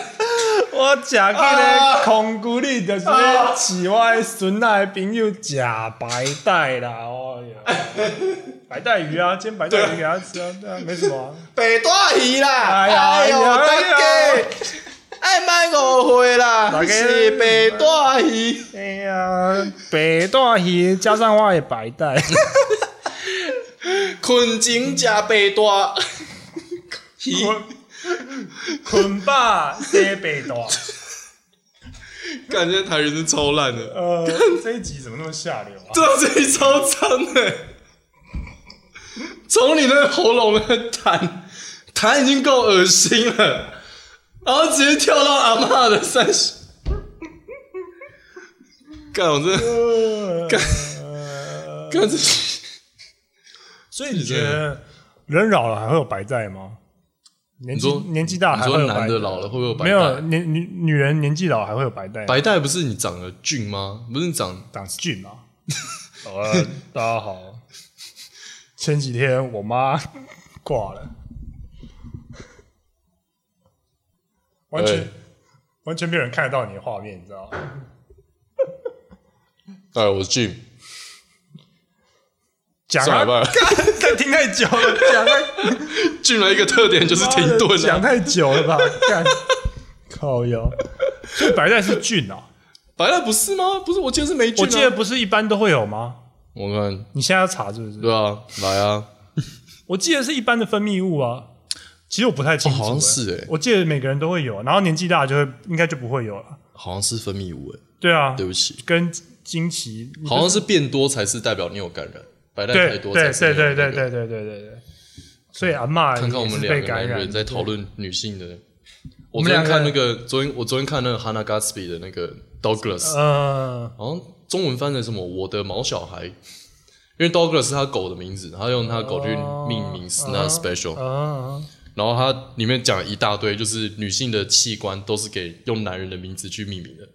我假去啊咧空谷里，就是咧饲我的孙啊，朋友假白带啦，哎 呦，白带鱼啊，煎白带鱼给他吃啊，对啊，没什么啊、北大鱼啦！哎呀哎哎呦，呀大哎呀家，哎，莫误会啦，大家是北大鱼。哎呀，白带鱼加上我的白 带，困前食北大 鱼，捆吧，塞白带。感觉台语是超烂的， 呃，这一集怎么那么下流啊？对，这里超脏的，从你那喉咙的痰，痰已经够恶心了，然后直接跳到阿嬷的三十，干，我真的。干呃干这是所以你觉得人老了还会有白带吗？年纪你说年纪大你还说会有白带男的老了会不会有白带？没有年女女人年纪老还会有白带，白带不是你长得俊吗？不是你长长俊 嘛？呃，大家好，前几天我妈挂了，完全哎完全没有人看得到你的画面，你知道吗？哎，我是俊，讲上啊 礼，拜干听太久了，讲啊。俊的一个特点就是停妈的顿讲啊。太久了吧？干，靠腰。所以白带是菌啊，白带不是吗？不是，我记得是霉菌、我啊。记得不是一般都会有吗？我看，你现在要查是不是？对啊，来啊，我记得是一般的分泌物啊，其实我不太清楚、哦好像是欸我记得每个人都会有，然后年纪大就会应该就不会有了。好像是分泌物哎，对啊，对不起，跟经期好像是变多才是代表你有感染，白带太对对多对才是对你对有那个对对对对对。所以阿妈看看我们被两个感男染人在讨论女性的。我们昨天两个看那个，昨天我昨天看那个 Hannah Gatsby 的那个 Douglas，呃，好像中文翻成什么“我的毛小孩”，因为 Douglas 是他狗的名字，他用他的狗去哦命名呃 Sna Special，、啊，然后他里面讲一大堆，就是女性的器官都是给用男人的名字去命名的，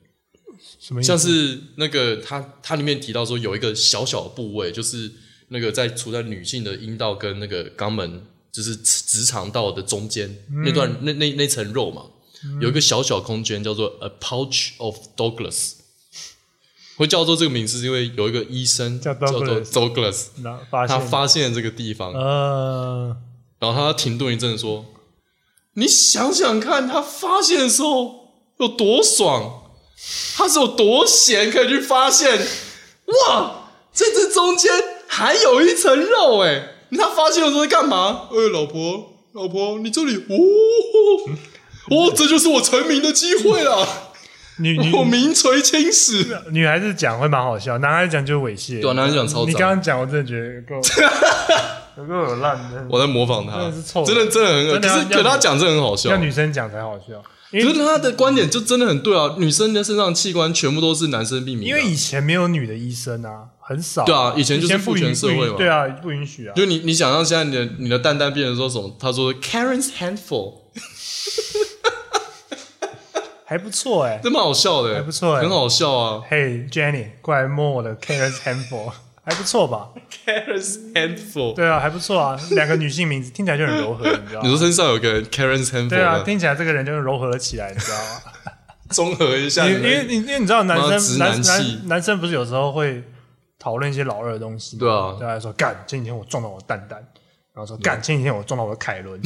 什么意思？像是那个他他里面提到说有一个小小的部位，就是那个在处在女性的阴道跟那个肛门，就是直直肠道的中间、嗯那段那那那层肉嘛，有一个小小空间叫做 a pouch of Douglas。会叫做这个名字，是因为有一个医生叫做 Douglas Douglas，那发他现嗯发现了这个地方，呃。然后他停顿一阵说：“你想想看，他发现的时候有多爽，他是有多闲，可以去发现，哇，在这中间还有一层肉哎、他发现的时候在干嘛？哎、老婆，老婆，你这里哦，哦，这就是我成名的机会了。女女我名垂青史。女孩子讲会蛮好笑，男孩子讲就是猥亵。对啊，男人讲超你刚脏，刚讲，我真的觉得有 够，有够有烂的。我在模仿他真的是臭，真的真的很恶真的要可是可要他讲真的很好笑要。女生讲才好笑，因可为是啊他的观点就真的很对啊，女生的身上的器官全部都是男生命名的啊，因为以前没有女的医生啊，很少。对啊以前就是不父权允社会嘛不允对啊，不允许啊。就你你想象现在你的你的蛋蛋变成说什么？他说 Karen's handful，还不错哎、这蛮好笑的、还不错欸很好笑啊。嘿、Jenny，过来摸我的 Karen's handful，还 不错吧？ Karen's handful，对啊，还不错啊。两个女性名字听起来就很柔和，你知道你说吗？身上有个 Karen's handful，对啊，吗听起来这个人就是柔和了起来，你知道吗？综合一下因你为因为的，你因为你知道男妈生直男男气男男生不是有时候会讨论一些老二的东西吗对啊对他说干前几天我撞到我蛋蛋，然后说干前几天我撞到我的凯伦，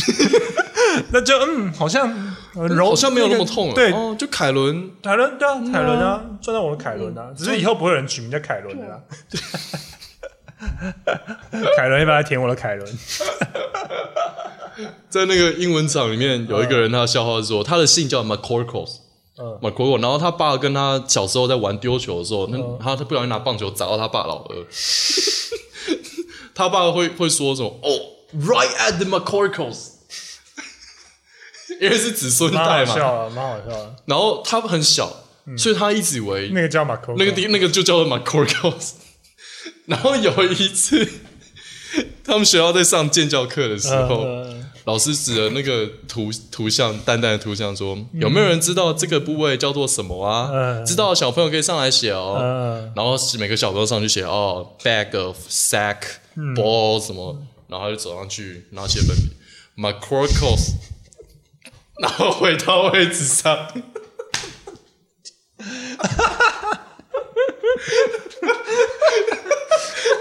那就嗯好像呃柔好像没有那么痛个啊。对，哦，就凯伦，凯伦对啊凯伦啊撞到我的凯伦啊，只是以后不会有人取名叫凯伦的啦。 凯伦要不要来舔我的凯 伦？在那个英文场里面有一个人，他的笑话是说，他的姓叫 McCorkle。嗯 m c c o r 然后他爸跟他小时候在玩丢球的时候，那嗯他他不小心拿棒球砸到他爸老二， 他爸会会说什么？哦，right at the McCorkles，因为是子孙蛮代好嘛。笑的，嗯蛮好笑的。然后他很小，所以他一直以为那个叫马可，那个地那个就叫做 McCorkles。然后有一次，他们学校在上建教课的时呃候，呃老师指着那个图图像淡淡的图像说：“有没有人知道这个部位叫做什么啊？嗯知道的小朋友可以上来写哦。呃，然后每个小朋友上去写哦，bag of sack ball 什么，然后他就走上去拿写粉笔 m c c o r c o s 然后回到位置上。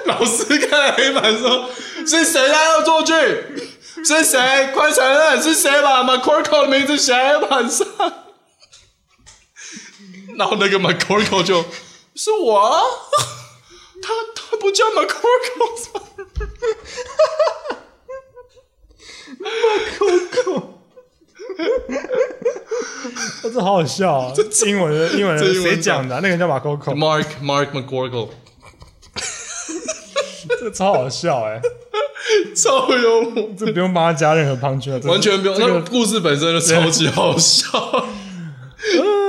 老师看黑板说：“是谁啊来恶作剧？是谁？快承认是谁把 m c c o r c o 的名字写在黑板上？” 然后那个 McCorkle 就，是我啊，他他不叫 McCorkle 吗？哦这好好笑啊！英文的英文的这英文谁讲的啊？那个人叫马可可， Mark Mark McCorkle，这 超好笑哎、超幽默，这不用帮他加任何 punch 啊了，这完全不用。这那个个故事本身就超级好笑。哦、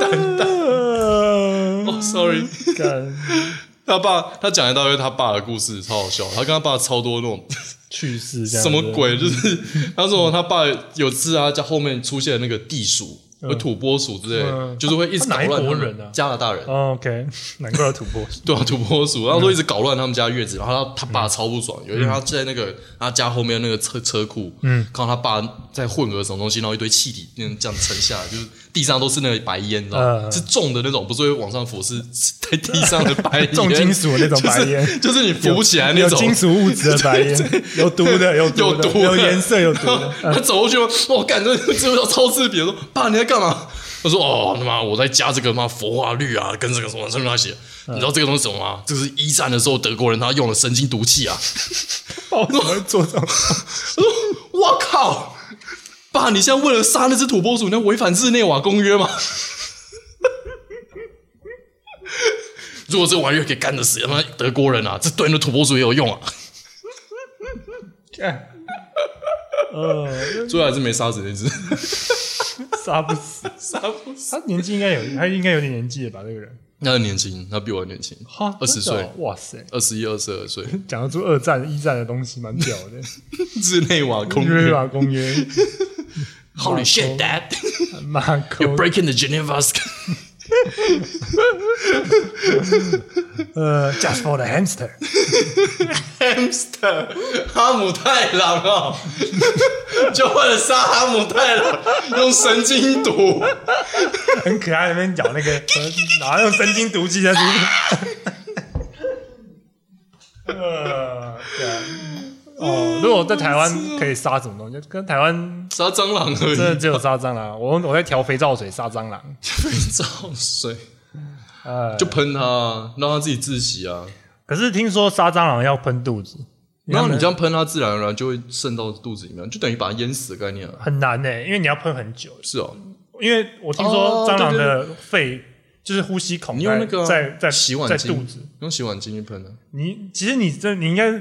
呃 sorry，干他爸他讲一大堆他爸的故事，超好笑。他跟他爸超多那种去世这样什么子？鬼，就是他说他爸有次啊，在后面出现那个地鼠。和土拨鼠之类的，嗯就是会一直他搞哪一乱国嗯他们人啊加拿大人，哦？OK，难怪要吐 蕃。对啊，土拨鼠，然后说一直搞乱他们家院子，然后他他爸超不爽。有一天嗯他在那个他家后面那个车车库，嗯，看到他爸在混合什么东西，然后一堆气体那样这样沉下来，就是地上都是那个白烟，你知道吗？嗯嗯是重的那种，不是会往上浮，是是在地上的白 烟，重金属的那种白烟就是，就是你浮起来那有种。金属物质的白 烟，有毒的，有毒有的，毒的有颜色，有毒然的 后。他走过去嘛，我感觉这这超刺鼻的，说爸你在干嘛？他说哦他妈我在加这个妈氟化氯啊，跟这个什么什么那些，你知道这个东西什么吗？这是一战的时候德国人他用的神经毒气啊！我怎么会做 这种？他说我靠，爸你现在为了杀那只土拨鼠，你在违反日内瓦公约吗？如果这玩意儿给干得死，他妈德国人啊，这对那土拨鼠也有用啊！干呃，最后还是没杀死那只，杀不死。 杀不死。他年纪应该有，他应该有点年纪了吧？这个人，他很年轻，他比我还年轻，哈，二十真的岁哦，哇塞，二十一、二十二岁， 讲得出二战、一战的东西，蛮屌的。日内瓦公日内约。瓦公约， Holy shit, Dad! 马 You're 可 breaking the Geneva. 呃，Just for the hamster。 hamster 哈姆太郎啊、 就为了杀哈姆太郎，用神经毒， 很可爱，那边咬那个，然后用神经毒剂在里 呃，对啊。嗯哦，如果在台湾可以杀什么东西？跟台湾杀蟑螂而真的已，只有杀蟑螂。我我在调肥皂水杀蟑螂。造 水呃，就喷他、啊，让他自己窒息啊。可是听说杀蟑螂要喷肚子，然后你这样喷它，自然而然就会渗到肚子里面，就等于把它淹死的概念啊。欸很难呢、因为你要喷很久。是哦，因为我听说哦蟑螂对对的肺就是呼吸孔你用在那个啊在在洗碗在巾肚子。用洗碗巾去喷啊的，你其实你真你应该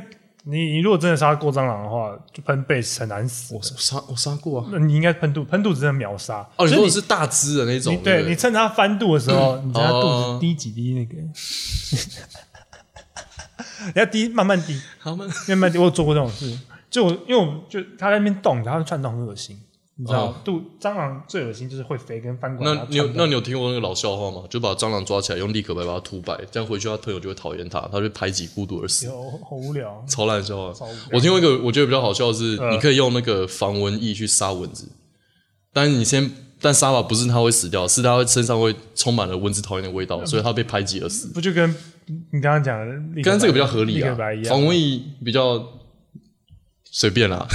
你你如果真的杀过蟑螂的话，就喷贝斯很难死我。我杀我杀过啊！那你应该喷肚，喷肚子真的秒杀。哦，你就说的是是大只的那你种，对不你趁它翻肚的时 候，你趁它肚哦子滴几滴那个， 你要滴慢慢滴，他们慢慢滴。我有做过这种事，就我因为我就它在那边动，然后窜动很恶心，你知道吗哦肚蟑螂最恶心就是会飞跟翻滚。然后那你有窜动那你有听过那个老笑话吗？就把蟑螂抓起来，用立可白把它吐白，这样回去他朋友就会讨厌他，他就排挤孤独而死。有好无聊，超烂笑话超无聊。我听过一个我觉得比较好笑的是，嗯你可以用那个防蚊液去杀蚊子，但是你先，但杀法不是它会死掉，是它会身上会充满了蚊子讨厌的味嗯道，所以它被排挤而死。不就跟你刚刚讲的立可白，跟这个比较合理立啊可白一，样防。蚊液比较随 便啦。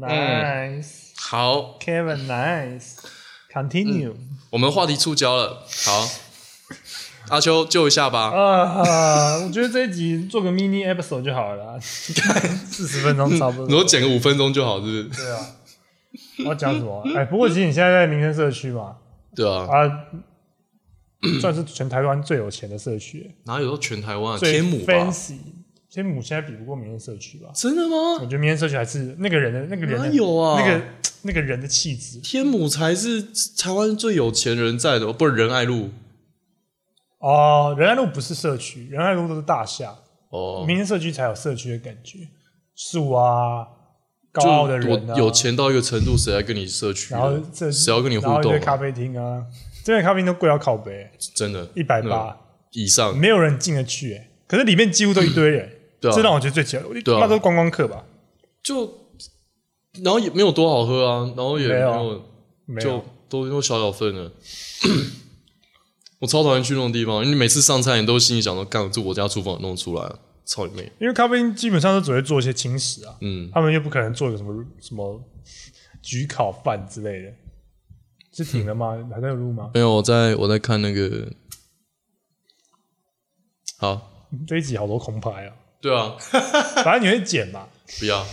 OK，nice，Kevin，nice，continue、好， Continue 我们话题触礁了。好，阿秋救一下吧。啊，我觉得这一集做个 mini episode 就好了啦， 四十分钟差不你说多。剪个五分钟就好，是不是？对啊，我要讲什么啊？ 哎，不过其实你现在在民生社区嘛，对啊，啊，算是全台湾最有钱的社区，哪有到全台湾啊最天母吧？ fancy。天母现在比不过民生社区吧？真的我吗？觉得民生社区还是那个人的那个人哪的有啊？那个那个人的气质天母才是台湾最有钱人在的，不是仁爱路哦。仁爱路不是社区，仁爱路都是大厦，哦，民生社区才有社区的感觉，树啊，高就傲的人啊，我有，钱到一个程度，谁来跟你社区啊？然后这谁要跟你互然后一动堆啊咖啡厅啊，这边的咖啡厅都贵到靠北，真的一百那八，以上，没有人进得去、欸，可是里面几乎都一堆人，对啊这让我觉得最奇怪，对啊那都是观光客吧？就然后也没有多好喝啊，然后也没有有，没就有，都用小小份了。 我超讨厌去那种地方，因为每次上菜，你都心里想说，干，这我家厨房弄出来啊，操你妹！因为咖啡厅基本上都只会做一些轻食啊，嗯，他们又不可能做一个什么什么焗烤饭之类的，是停了吗？还在有录吗？没有，我在我在看那个，好，这一集好多空拍啊，对啊，反正你会剪嘛。不要，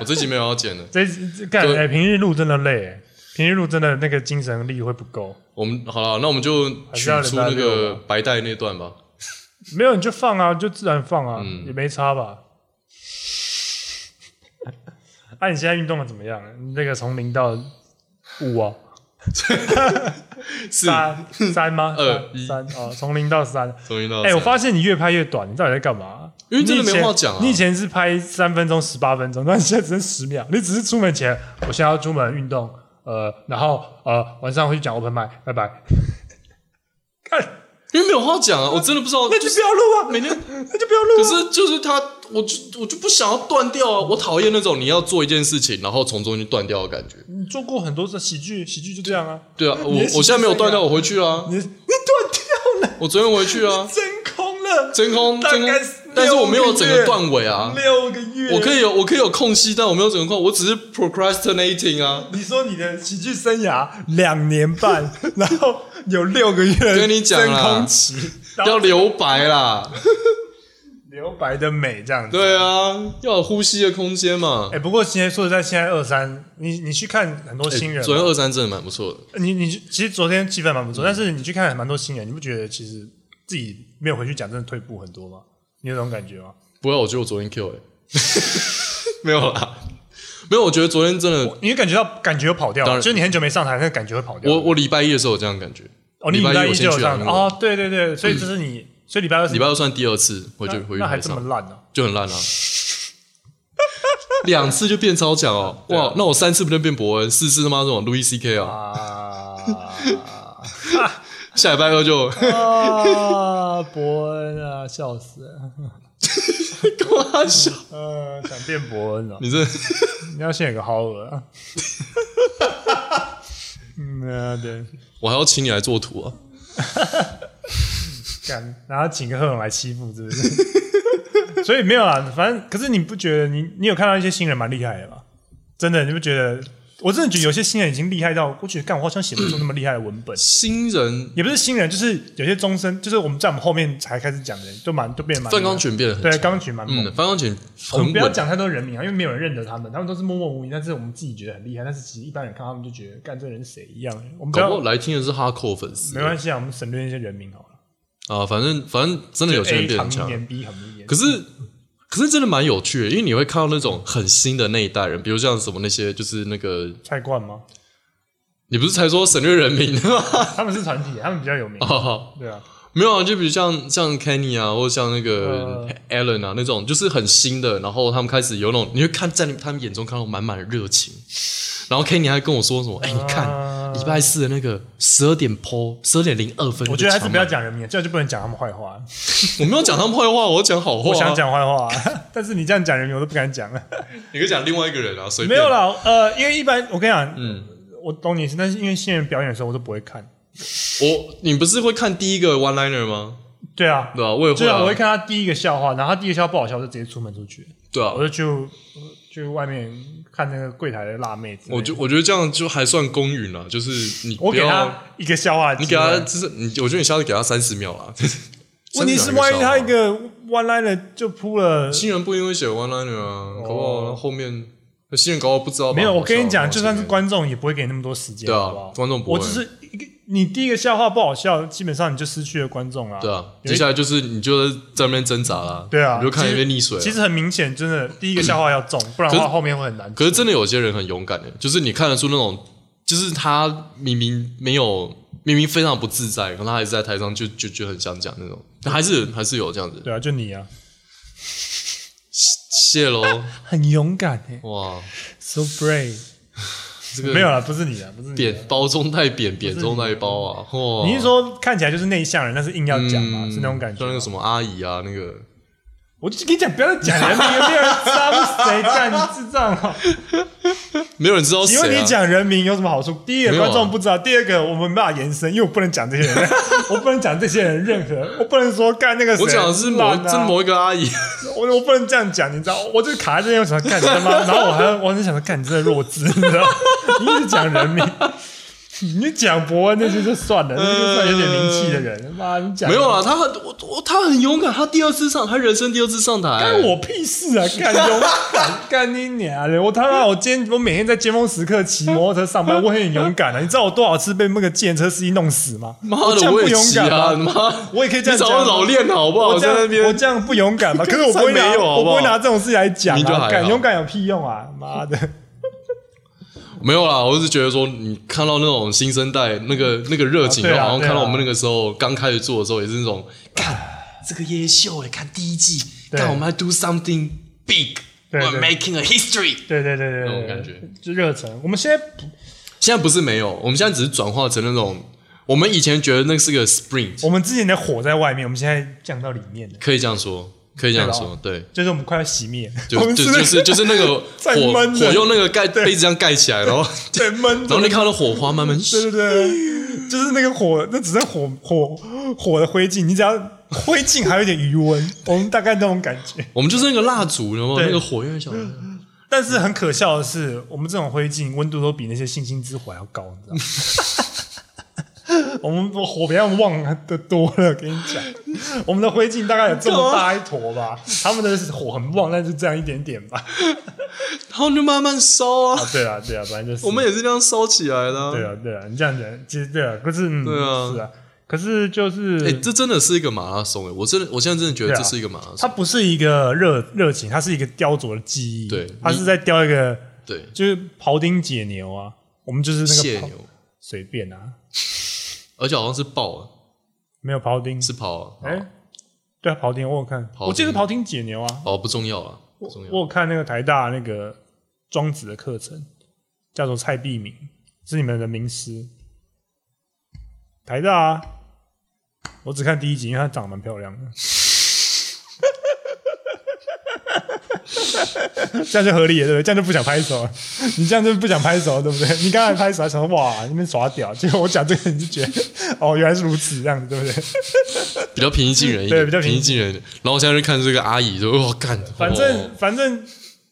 我这集没有要剪的。这这干对哎、平日录真的累、哎平日录真的那个精神力会不够。我们好了，那我们就取出那个白带那段吧。没有你就放啊，就自然放啊，嗯也没差吧。 那、啊你现在运动的怎么样？你那个从零到五啊，是，三三吗？二三三哦，从零到三。终于到。哎、我发现你越拍越短，你到底在干嘛？因为真的你以前没话讲啊你以前是拍三分钟、十八分钟，但你现在只剩十秒。你只是出门前，我现在要出门运动，呃，然后呃，晚上会去讲 open mic，拜拜。看，因为没有话讲啊，我真的不知道。那就不要录啊，每天，那就不要可录、啊。是就是他，我就我就不想要断掉啊！我讨厌那种你要做一件事情，然后从中间断掉的感觉。你做过很多次喜剧，喜剧就这样啊。对啊，我你的习我现在没有惯啊断掉，我回去了啊，你你断掉了，我昨天回 去啊，真空了真空大真空概，但是我没有六个整月个断尾啊，六个月我可以有我可以有空隙，但我没有整个空，我只是 procrastinating 啊。你说你的喜剧生涯两年半， 然后有六个月跟你讲呃啊真啦空期， 然后要留 白啦，留白的美这样子。对啊，要有呼吸的空间嘛哎、。不过现在说实在，现在二三，你你去看很多哎新人啊昨天嘛，二三真的蛮不错的，你你其实昨天气氛蛮不错，但是你去看蛮多新人，你不觉得其实自己没有回去讲，真的退步很多吗？你有这种感觉吗？不过我觉得我昨天 Q 哎、没有啦，没有。我觉得昨天真的，你会感觉到感觉有跑掉当吗，然就是你很久没上台，那个感觉会跑掉。我我礼拜一的时候有这样感觉，哦，你礼拜拜一一我就先有去啊上了哦，对对对，所以这是你，所以礼拜二是嗯礼拜二算第二次回去那回去那还台这么上，烂 呢、就很烂 啊。两次就变超强哦，对啊哇！那我三次不就变伯恩，四次他妈这种 Louis C K 啊，啊？下礼拜 二就 啊，伯恩啊，笑死了！跟我笑，呃，想变伯 恩啊，你这你要先有个好额啊。 嗯，啊对，我还要请你来做图啊？。干，然后请个贺龙来欺负，是不是？ 所以没有啦，反正可是你不觉得你你有看到一些新人蛮厉害的吗？真的，你不觉得我真的觉得有些新人已经厉害到，我觉得干我好像写不出那么厉害的文本新人也不是新人，就是有些中生，就是我们在我们后面才开始讲的人，都蛮都变得蛮范钢群变得很对强，钢琴蛮猛嗯，范钢群我们很不要稳，讲太多人名啊，因为没有人认得他们，他们都是默默无名，但是我们自己觉得很厉害，但是其实一般人看他们就觉得干这人谁一样。我们不搞要不好来听的是哈扣粉丝没关系啊，我们省略一些人名好了。啊，反正反正真的有些 A 人行变很一强，言，B 行一言。可是，可是真的蛮有趣的，因为你会看到那种很新的那一代人，比如像什么那些，就是那个，蔡冠吗？你不是才说省略人名的吗？ 他们是团体，他们比较有名。哦对啊，没有啊，就比如像像 Kenny 啊，或者像那个呃 Alan 啊那种，就是很新的，然后他们开始有那种，你会看在他们眼中看到满满的热情。然后 Kenny 还跟我说什么？哎、你看啊礼拜四的那个十二点 PO，十二点零二分，我觉得还是不要讲，讲人名，这样就不能讲他们坏话。我没有讲他们坏话，我讲好话、啊。我想，讲坏话啊， 但是你这样讲人名，我都不敢讲了。你可以讲另外一个人啊，随没便。有，啦，呃，因为一般我跟你讲，嗯。我懂你意思，但是因为新人表演的时候我都不会看。我你不是会看第一个 one liner 吗？对啊，对吧、我也会、对啊，啊，我会看他第一个笑话，然后他第一个笑话不好笑，我就直接出门出去，对啊我，就去去外面看那个柜台的辣妹之类的。我就我觉得这样就还算公允了，就是你我不给要他一个笑话的你机给会，他就是你，我觉得你下次给他三十秒啦。 问题是， 30秒万一他一笑个 one liner 就扑了，话新人不一定会写 one liner 啊，搞不好后面新人搞不好不知道吧。哦没有，我跟你讲，不就知道算是观众也不会给你那么多时间，对啊好不好观众不会我只是一个，你第一个笑话不好笑，基本上你就失去了观众了。对啊，有一接下来就是你就是在那边挣扎啦。对啊你就看一边溺水啊。其实很明显，真的第一个笑话要中，不然的话后面会很难。可是真的有些人很勇敢的，欸就是你看得出那种，就是他明明没有，明明非常不自在，可他还是在台上就就就很想讲那种，还是还是有这样子。对啊，就你啊，谢喽，很勇敢哎哇， ，so brave。这个没有啦，不是你啊，不是你啊扁。包中带扁，扁中带包啊，哇！嗯你是说看起来就是内向人，但是硬要讲嘛，是那种感觉像吗那个。什么阿姨啊，那个我就跟你讲，不要再讲人名，没有人知道谁干，你智障啊！没有人知道谁、请啊。问你讲人名有什么好处？第一个没有啊观众不知道，第二个我们没办法延伸，因为我不能讲这些人，我不能讲这些人任何，我不能说干那个谁我讲的是某、烂啊这某一个阿姨，我我不能这样讲，你知道，我就卡在这边，我想说干你他妈，然后我还我很想说干你真的弱智，你知 道，你一直讲人名。你讲伯恩那些就算了，那些就算有点名气的人，妈你讲嗯没有啊，他很我我他很勇敢，他第二次上，他人生第二次上台、干我屁事啊！ 干勇敢，干你娘的！我他妈，我今天我每天在尖峰时刻骑摩托车上班，我很勇敢啊！你知道我多少次被那个计程车司机弄死吗？妈这的，样我不也勇急敢啊！吗？妈，我也可以这样你找讲我吗，老练好不好？我这在那样我边这样不勇敢吧？可是我不 会拿才没，有好我不不好会拿这种事来讲明明就啊！还好敢勇敢有屁用啊！妈的，没有啦，我是觉得说，你看到那种新生代那个那个热情，啊对啊然后好像看对到啊我们那个时候刚开始做的时候，也是 那种看这个夜秀哎，看第一季，对看我们要 do something big，we're 对对 making a history。对对对对，对那种感觉就热忱。我们现在不现在不是没有，我们现在只是转化成那种，我们以前觉得那是个 sprint，我们之前的火在外面，我们现在降到里面了，可以这样说，可以这样说，对，就是我们快要熄灭了。就啊我们就那就个是就是那个 在火闷的火用那个盖杯子这样盖起来，然后 对闷然着后你看到那火花慢 慢对对对，就是那个火，那只是火火火的灰烬，你只要灰烬还有一点余温，我们大概那种感觉。我们就是那个蜡烛，然后对那个火越来越小。但是很可笑的是，我们这种灰烬温度都比那些星星之火还要高，你知道吗？ 我们火比他们旺的多了，跟你讲，我们的灰烬大概有这么大一坨 吧，他们的火很旺，但是这样一点点吧。然后就慢慢烧啊啊，，对啊，对啊，反正就是我们也是这样烧起来的、对，啊，对啊，你这样讲，其实对啊，可是嗯，对啊是啊，可是就是哎、这真的是一个马拉松哎、我真的，我现在真的觉得对啊这是一个马拉松。它不是一个热热情，它是一个雕琢的技艺。对它是在雕一个，对，就是庖丁解牛啊。我们就是那蟹个庖牛，随便啊，而且好像是豹、啊，没有庖丁。是跑、啊，哎、对啊，庖丁我有看，庖丁啊我记得是庖丁解牛啊。哦不重要了，不我重我要。有看那个台大那个庄子的课程，叫做蔡璧名，是你们的名师。台大啊，我只看第一集，因为她长得蛮漂亮的。 这样就合理了，对不对？这样就不想拍手了，你这样就不想拍手了，对不对？你刚才拍手还想说哇，你们耍屌，结果我讲这个你就觉得哦，原来是如此，这样子，对不对？比较平易近人一点，对比较平平易易近人一点。然后我现在就看这个阿姨说，哇，干，反哦嗯正反正，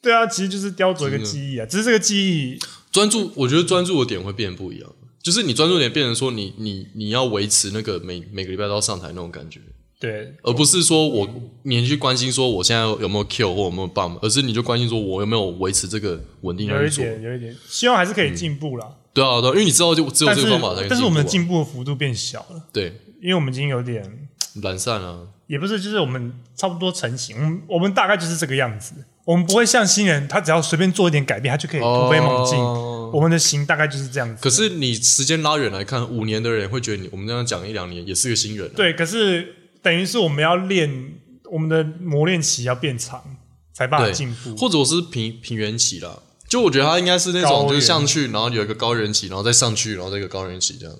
对啊，其实就是雕琢一个记忆啊，只是这个记忆专注，我觉得专注的点会变得不一样，就是你专注点变成说你你你要维持那个每每个礼拜都要上台那种感觉，对，而不是说我你去关心说我现在有没有 kill 或有没有 bump，而是你就关心说我有没有维持这个稳定有的一输出。点有一点，希望还是可以进步啦。对啊，对啊，因为你知道就只有但这是个方法才可以进步啊、但是我们的进步的幅度变小了，对因为我们已经有点懒散啊，也不是，就是我们差不多成型，我们我们大概就是这个样子。我们不会像新人，他只要随便做一点改变，他就可以突飞猛进。哦我们的型大概就是这样子。可是你时间拉远来看，五年的人会觉得你我们这样讲一两年也是个新人、啊。对，可是等于是我们要练我们的磨练期要变长，才办法对，进步。或者我是平平原期啦。就我觉得他应该是那种高就是原上去，然后有一个高原期，然后再上去，然后再一个高原期这样。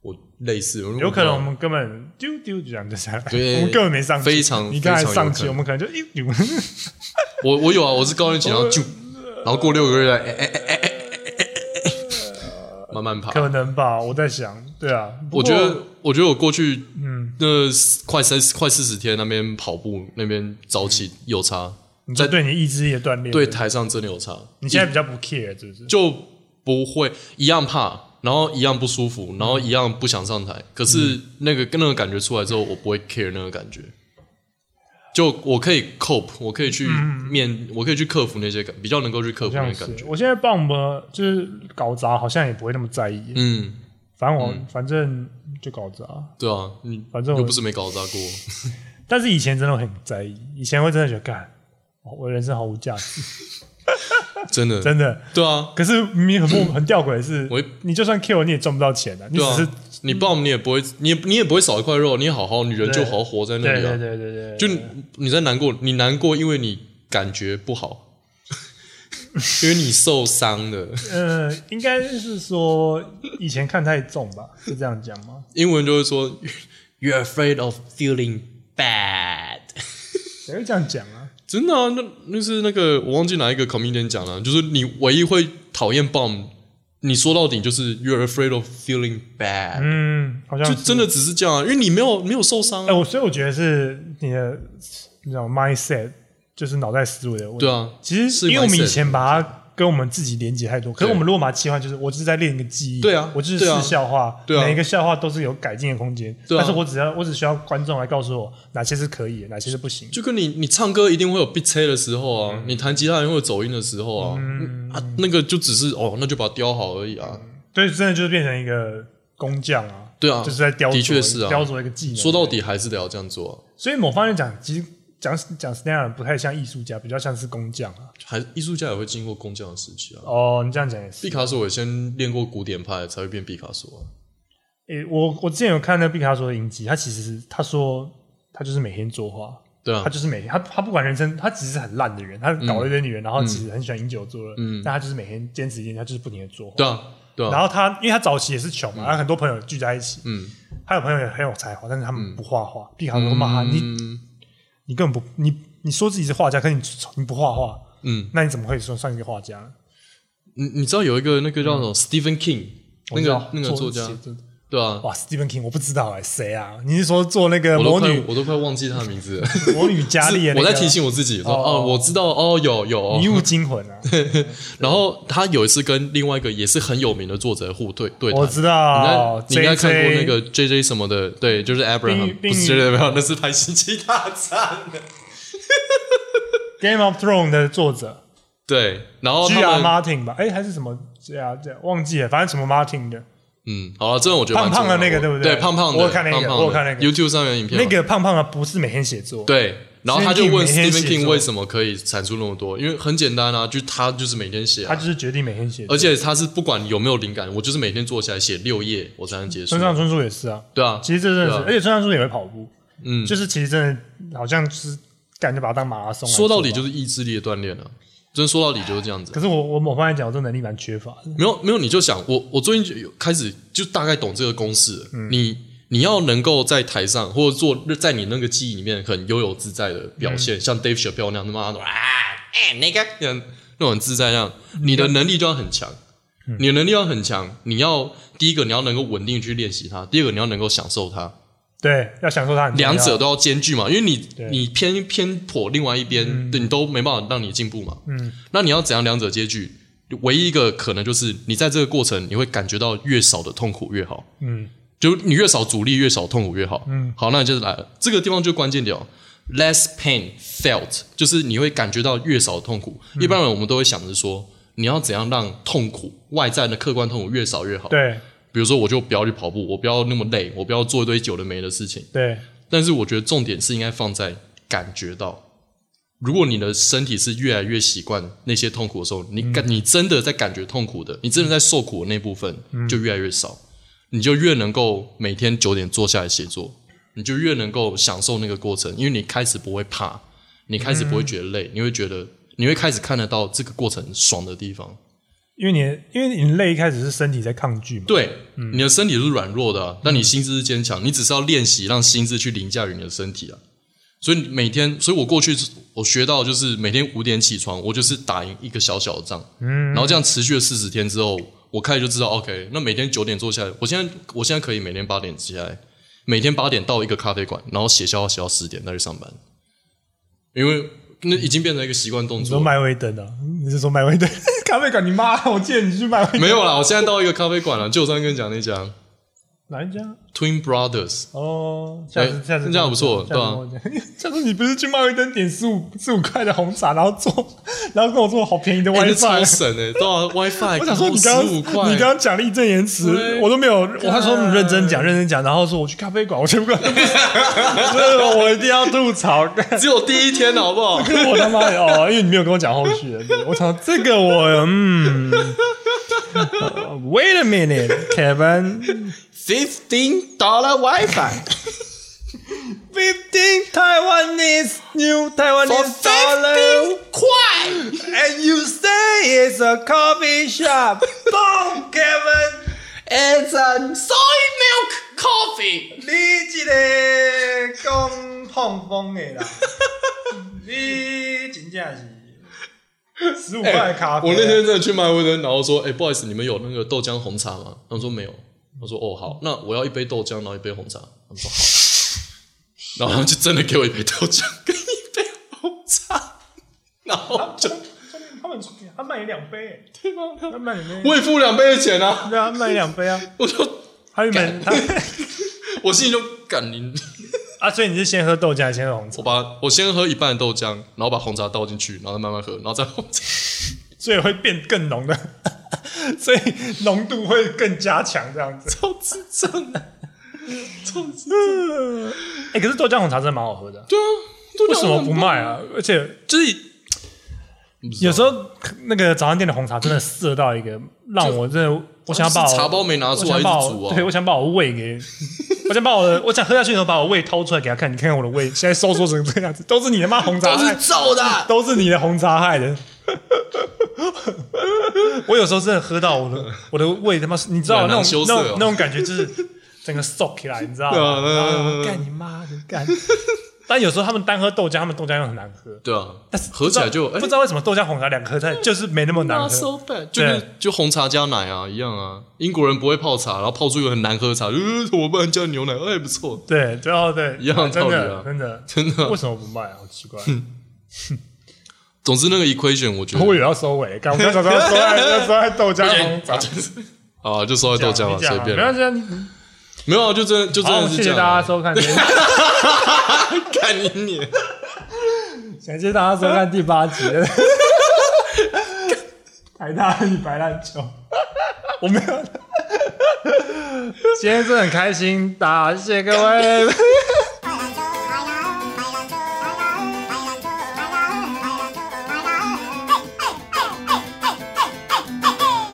我类似，我有可能我们根本丢丢就这样就下来，嗯对我们根本没上去。非常你刚才非常有上可去，能我们可能就哎一丢。我我有啊，我是高原期，然后就呃然后过六个月，哎哎哎哎哎哎哎哎，慢慢爬。可能吧，我在想，对啊，不我过觉得，我觉得我过去嗯，那快三十快四十天那边跑步那边早起有差，你在在对你意志力的锻炼，对，台上真的有差。嗯你现在比较不 care 是不是？就不会一样怕，然后一样不舒服，然后一样不想上台。可嗯是那个跟那个感觉出来之后，我不会 care 那个感觉，就我可以 cope，我可以去面，我可以去克服那些感，比较能够去嗯克好服像那些感是觉。，我现在帮我们就是搞砸，好像也不会那么在意。嗯，反正我、反正就搞砸，对啊，你反正我又不是没搞砸 过，但是以前真的很在意，以前会真的觉得干，哦我的人生毫无价 值，真的，真的。对啊，可是明明很不很吊诡的是我，你就算 kill 你也赚不到钱啊，你对只是啊，你 bomb 你也不会，你也你也不会少一块肉，你好好，你人就对好好活在那对里对啊。对对对，就对你你在难过，你难过，因为你感觉不好， 因为你受伤了。呃，应该是说以前看太重吧，是这样讲吗？英文就会说 "You're afraid of feeling bad"，谁会这样讲啊？真的啊，那那是那个我忘记哪一个 comedian 讲了，啊就是你唯一会讨厌 bomb，你说到底就是 "You're afraid of feeling bad"，、嗯，好像就是真的只是这样啊，因为你没有没有受伤、哎、啊，我所以我觉得是你的那种 mindset，就是脑袋思维的问题。对啊，其实是因为我们 mindset 以前把它跟我们自己连接太多，可是我们如果把它切换，就是我只是在练一个记忆，对啊我就是对啊试笑话，对啊每一个笑话都是有改进的空间，对啊但是我只要我只需要观众来告诉我哪些是可以的，哪些是不行。就跟你你唱歌一定会有 beat 切的时候嗯啊，你弹吉他一定会有走音的时候啊，啊那个就只是哦，那就把它雕好而已啊。所以真的就是变成一个工匠啊，对啊就是在雕琢，的确是啊雕琢一个技能。说到底还是得要这样做、啊，所以某方面讲，其实讲讲 stand up 不太像艺术家，比较像是工匠啊。还艺术家也会经过工匠的时期啊。哦，你这样讲也是。毕卡索也先练过古典派，才会变毕卡索、啊。诶、我我之前有看那毕卡索的影集，他其实是他说他就是每天作画，对啊他，就是每天他他不管人生，他只是很烂的人，他搞了一堆女人，然后其实很喜欢饮酒作乐，嗯但他就是每天坚持一件，他就是不停的作画。对啊，对嗯然啊，后他，因为他早期也是穷嘛，他很多朋友聚在一起，嗯，他有朋友也很有才华，但是他们不画画。毕卡索骂他：“你嗯你根本不你你说自己是画家，可是你你不画画，嗯，那你怎么会说算一个画家呢？”你你知道有一个那个叫什么 Stephen King 那嗯我知个道那个作家，对啊，哇，Stephen King 我不知道哎、谁啊？你是说做那个我都魔快女我都快忘记他的名字了。魔女佳丽、是那个？ 我在提醒我自己说，哦哦，我知道，哦，有有。迷哦雾惊魂 啊！然后他有一次跟另外一个也是很有名的作者互对对谈我，知道，你应该你应该看过 JJ 那个 J J 什么的，对，就是 Abraham，冰不是冰 J J 没有，那是拍《星际大战》 的。 Game of Thrones 的作者对，然后 G 哦他 R 们， Martin 吧？哎、还是什么 G R 这啊忘记了，反正什么 Martin 的嗯，好了，这个我觉得蛮胖胖的重要那个对不对对，胖胖的，我有看那个胖胖的我有看那个 YouTube 上面有影片嘛，那个胖胖的，不是每天写作，，对，然后他就 Stephen King 问每天 Stephen 写 King 作为什么可以产出那么多，因为很简单啊，就他就是每天写啊、他就是决定每天写作。而且他是不管有没有灵感，我就是每天坐下来写六页，我才能结束村。上春树也是啊，对啊，其实这真的是，对啊而且村上春树也会跑步，嗯，就是其实真的好像就是感觉把它当马拉松来做说吧。到底就是意志力的锻炼了、真说到底就是这样子可。是我我某方面讲，我这能力蛮缺乏的。没有没有，你就想我，我最近就有开始就大概懂这个公式了。你你要能够在台上或者做在你那个记忆里面很悠游自在的表现，像 Dave Chappelle 那样，他妈的啊，哎、那个那样那种很自在那样，你的能力就要很强。你的能力要很强，你要第一个你要能够稳定去练习它，第二个你要能够享受它，对，要享受它很重要。两者都要兼具嘛，因为你对你偏偏颇另外一边，对你都没办法让你进步嘛。嗯，那你要怎样两者皆具？唯一一个可能就是你在这个过程，你会感觉到越少的痛苦越好。嗯就你越少阻力，越少痛苦越好。嗯嗯，好，那就是来了，这个地方就关键点哦，less pain felt，就是你会感觉到越少痛苦。嗯一般人我们都会想着说，你要怎样让痛苦外在的客观痛苦越少越好。，对比如说我就不要去跑步，我不要那么累，我不要做一堆有的没的事情。对，但是我觉得重点是应该放在感觉到，如果你的身体是越来越习惯那些痛苦的时候，你感、你真的在感觉痛苦的，你真的在受苦的那部分就越来越少，你就越能够每天九点坐下来写作，你就越能够享受那个过程，因为你开始不会怕，你开始不会觉得累，你会觉得你会开始看得到这个过程爽的地方。因为你因为你累一开始是身体在抗拒嘛，对，嗯你的身体是软弱的、啊，但你心智是坚强。你只是要练习让心智去凌驾于你的身体啊。所以你每天，所以我过去我学到就是每天五点起床，我就是打赢一个小小的仗，嗯然后这样持续了四十天之后，我开始就知道 OK，那每天九点坐下来，我现在我现在可以每天八点起来，每天八点到一个咖啡馆，然后写消写到十点再去上班，因为那已经变成一个习惯动你作说了。麦威登啊？你是说麦威登 咖啡馆？你妈！我记得你去麦威登没有啦，我现在到一个咖啡馆了，就我上次跟你讲那家哪一家？ Twin Brothers。哦，下次哎下次这样不错下次啊跟我讲 下次你不是去麦威登点四五四五块的红茶，然后做， 然后跟我做好便宜的欸那 WiFi，、超省哎、欸，对啊，WiFi， 我想说你刚刚十五块，你刚刚讲了义正言辞，对我都没有。我还说你认真讲，认真讲，然后说我去咖啡馆，我全部， 所 以我一定要吐槽。只有第一天好不好？可是 我他妈的哦，因为你没有跟我讲后续，对我操，这个我嗯、呃 w a i t a minute，Kevin，fifteen Fifteen dollar WiFi Taiwanese new Taiwanese dollar。块， And you say it's a coffee shop. Boom, Kevin. It's a soy milk coffee. 你这个讲碰风的啦，你真正是十五块咖啡。啊我那天真的去麦威登，然后说，哎、不好意思，你们有那个豆浆红茶吗？他们说没有，我说哦好，那我要一杯豆浆，然后一杯红茶。他们说好，然后他们就真的给我一杯豆浆跟一杯红茶，然后就他们他卖你两杯，对吗？他卖你两杯，我也付两倍的钱啊，对啊，卖你两杯啊。我就他原本他我心里就感您。 啊，所以你是先喝豆浆，还是先喝红茶我，把我先喝一半的豆浆，然后把红茶倒进去，然后再慢慢喝，然后再红茶。所以会变更浓的， 所以浓度会更加强，这样 子。超智障啊的，超智障。哎、可是豆浆红茶真的蛮好喝的， 对啊，都为什么两不万卖啊？而且就是有时候那个早餐店的红茶真的涩到一个，让我真的我想要把我就是茶包没拿出来我想把我一直煮啊对，我想把我胃给，我想把我的，我想喝下去的时候把我胃掏出来给他看，你看看我的胃现在收缩成这样子，都是你他妈 红茶害，皱的。啊都是你的红茶害的。我有时候真的喝到我的我的胃他妈是，你知道两那囊种羞涩那哦种那种感觉就是整个 soak 起来，你知道对啊对啊对啊吗？对啊干你妈的干！但有时候他们单喝豆浆，他们豆浆又很难喝。对啊， 但是合起来就不知道哎不知道为什么豆浆红茶两颗菜就是没那么难 not 喝。 so bad，就跟就红茶加奶啊一样啊。英国人不会泡茶，然后泡出一个很难喝的茶，呃，我不然加牛奶，哎，不错，对，对哦对，一样的真道理的啊嗯真 的，真的为啊。什么不卖啊？好奇怪，总之那个 equation 我觉我以得为要收尾，刚我刚想说要收在要收在豆浆红 茶，啊，就说到豆浆你了，讲随啊便没啦关，系啊，你没有啊，就真的就真好，的谢是谢这大样啊家。收看今天。 看你你，感谢大家收看第八集。台大与白烂球，我没有。今天真的很开心，大家谢谢各位。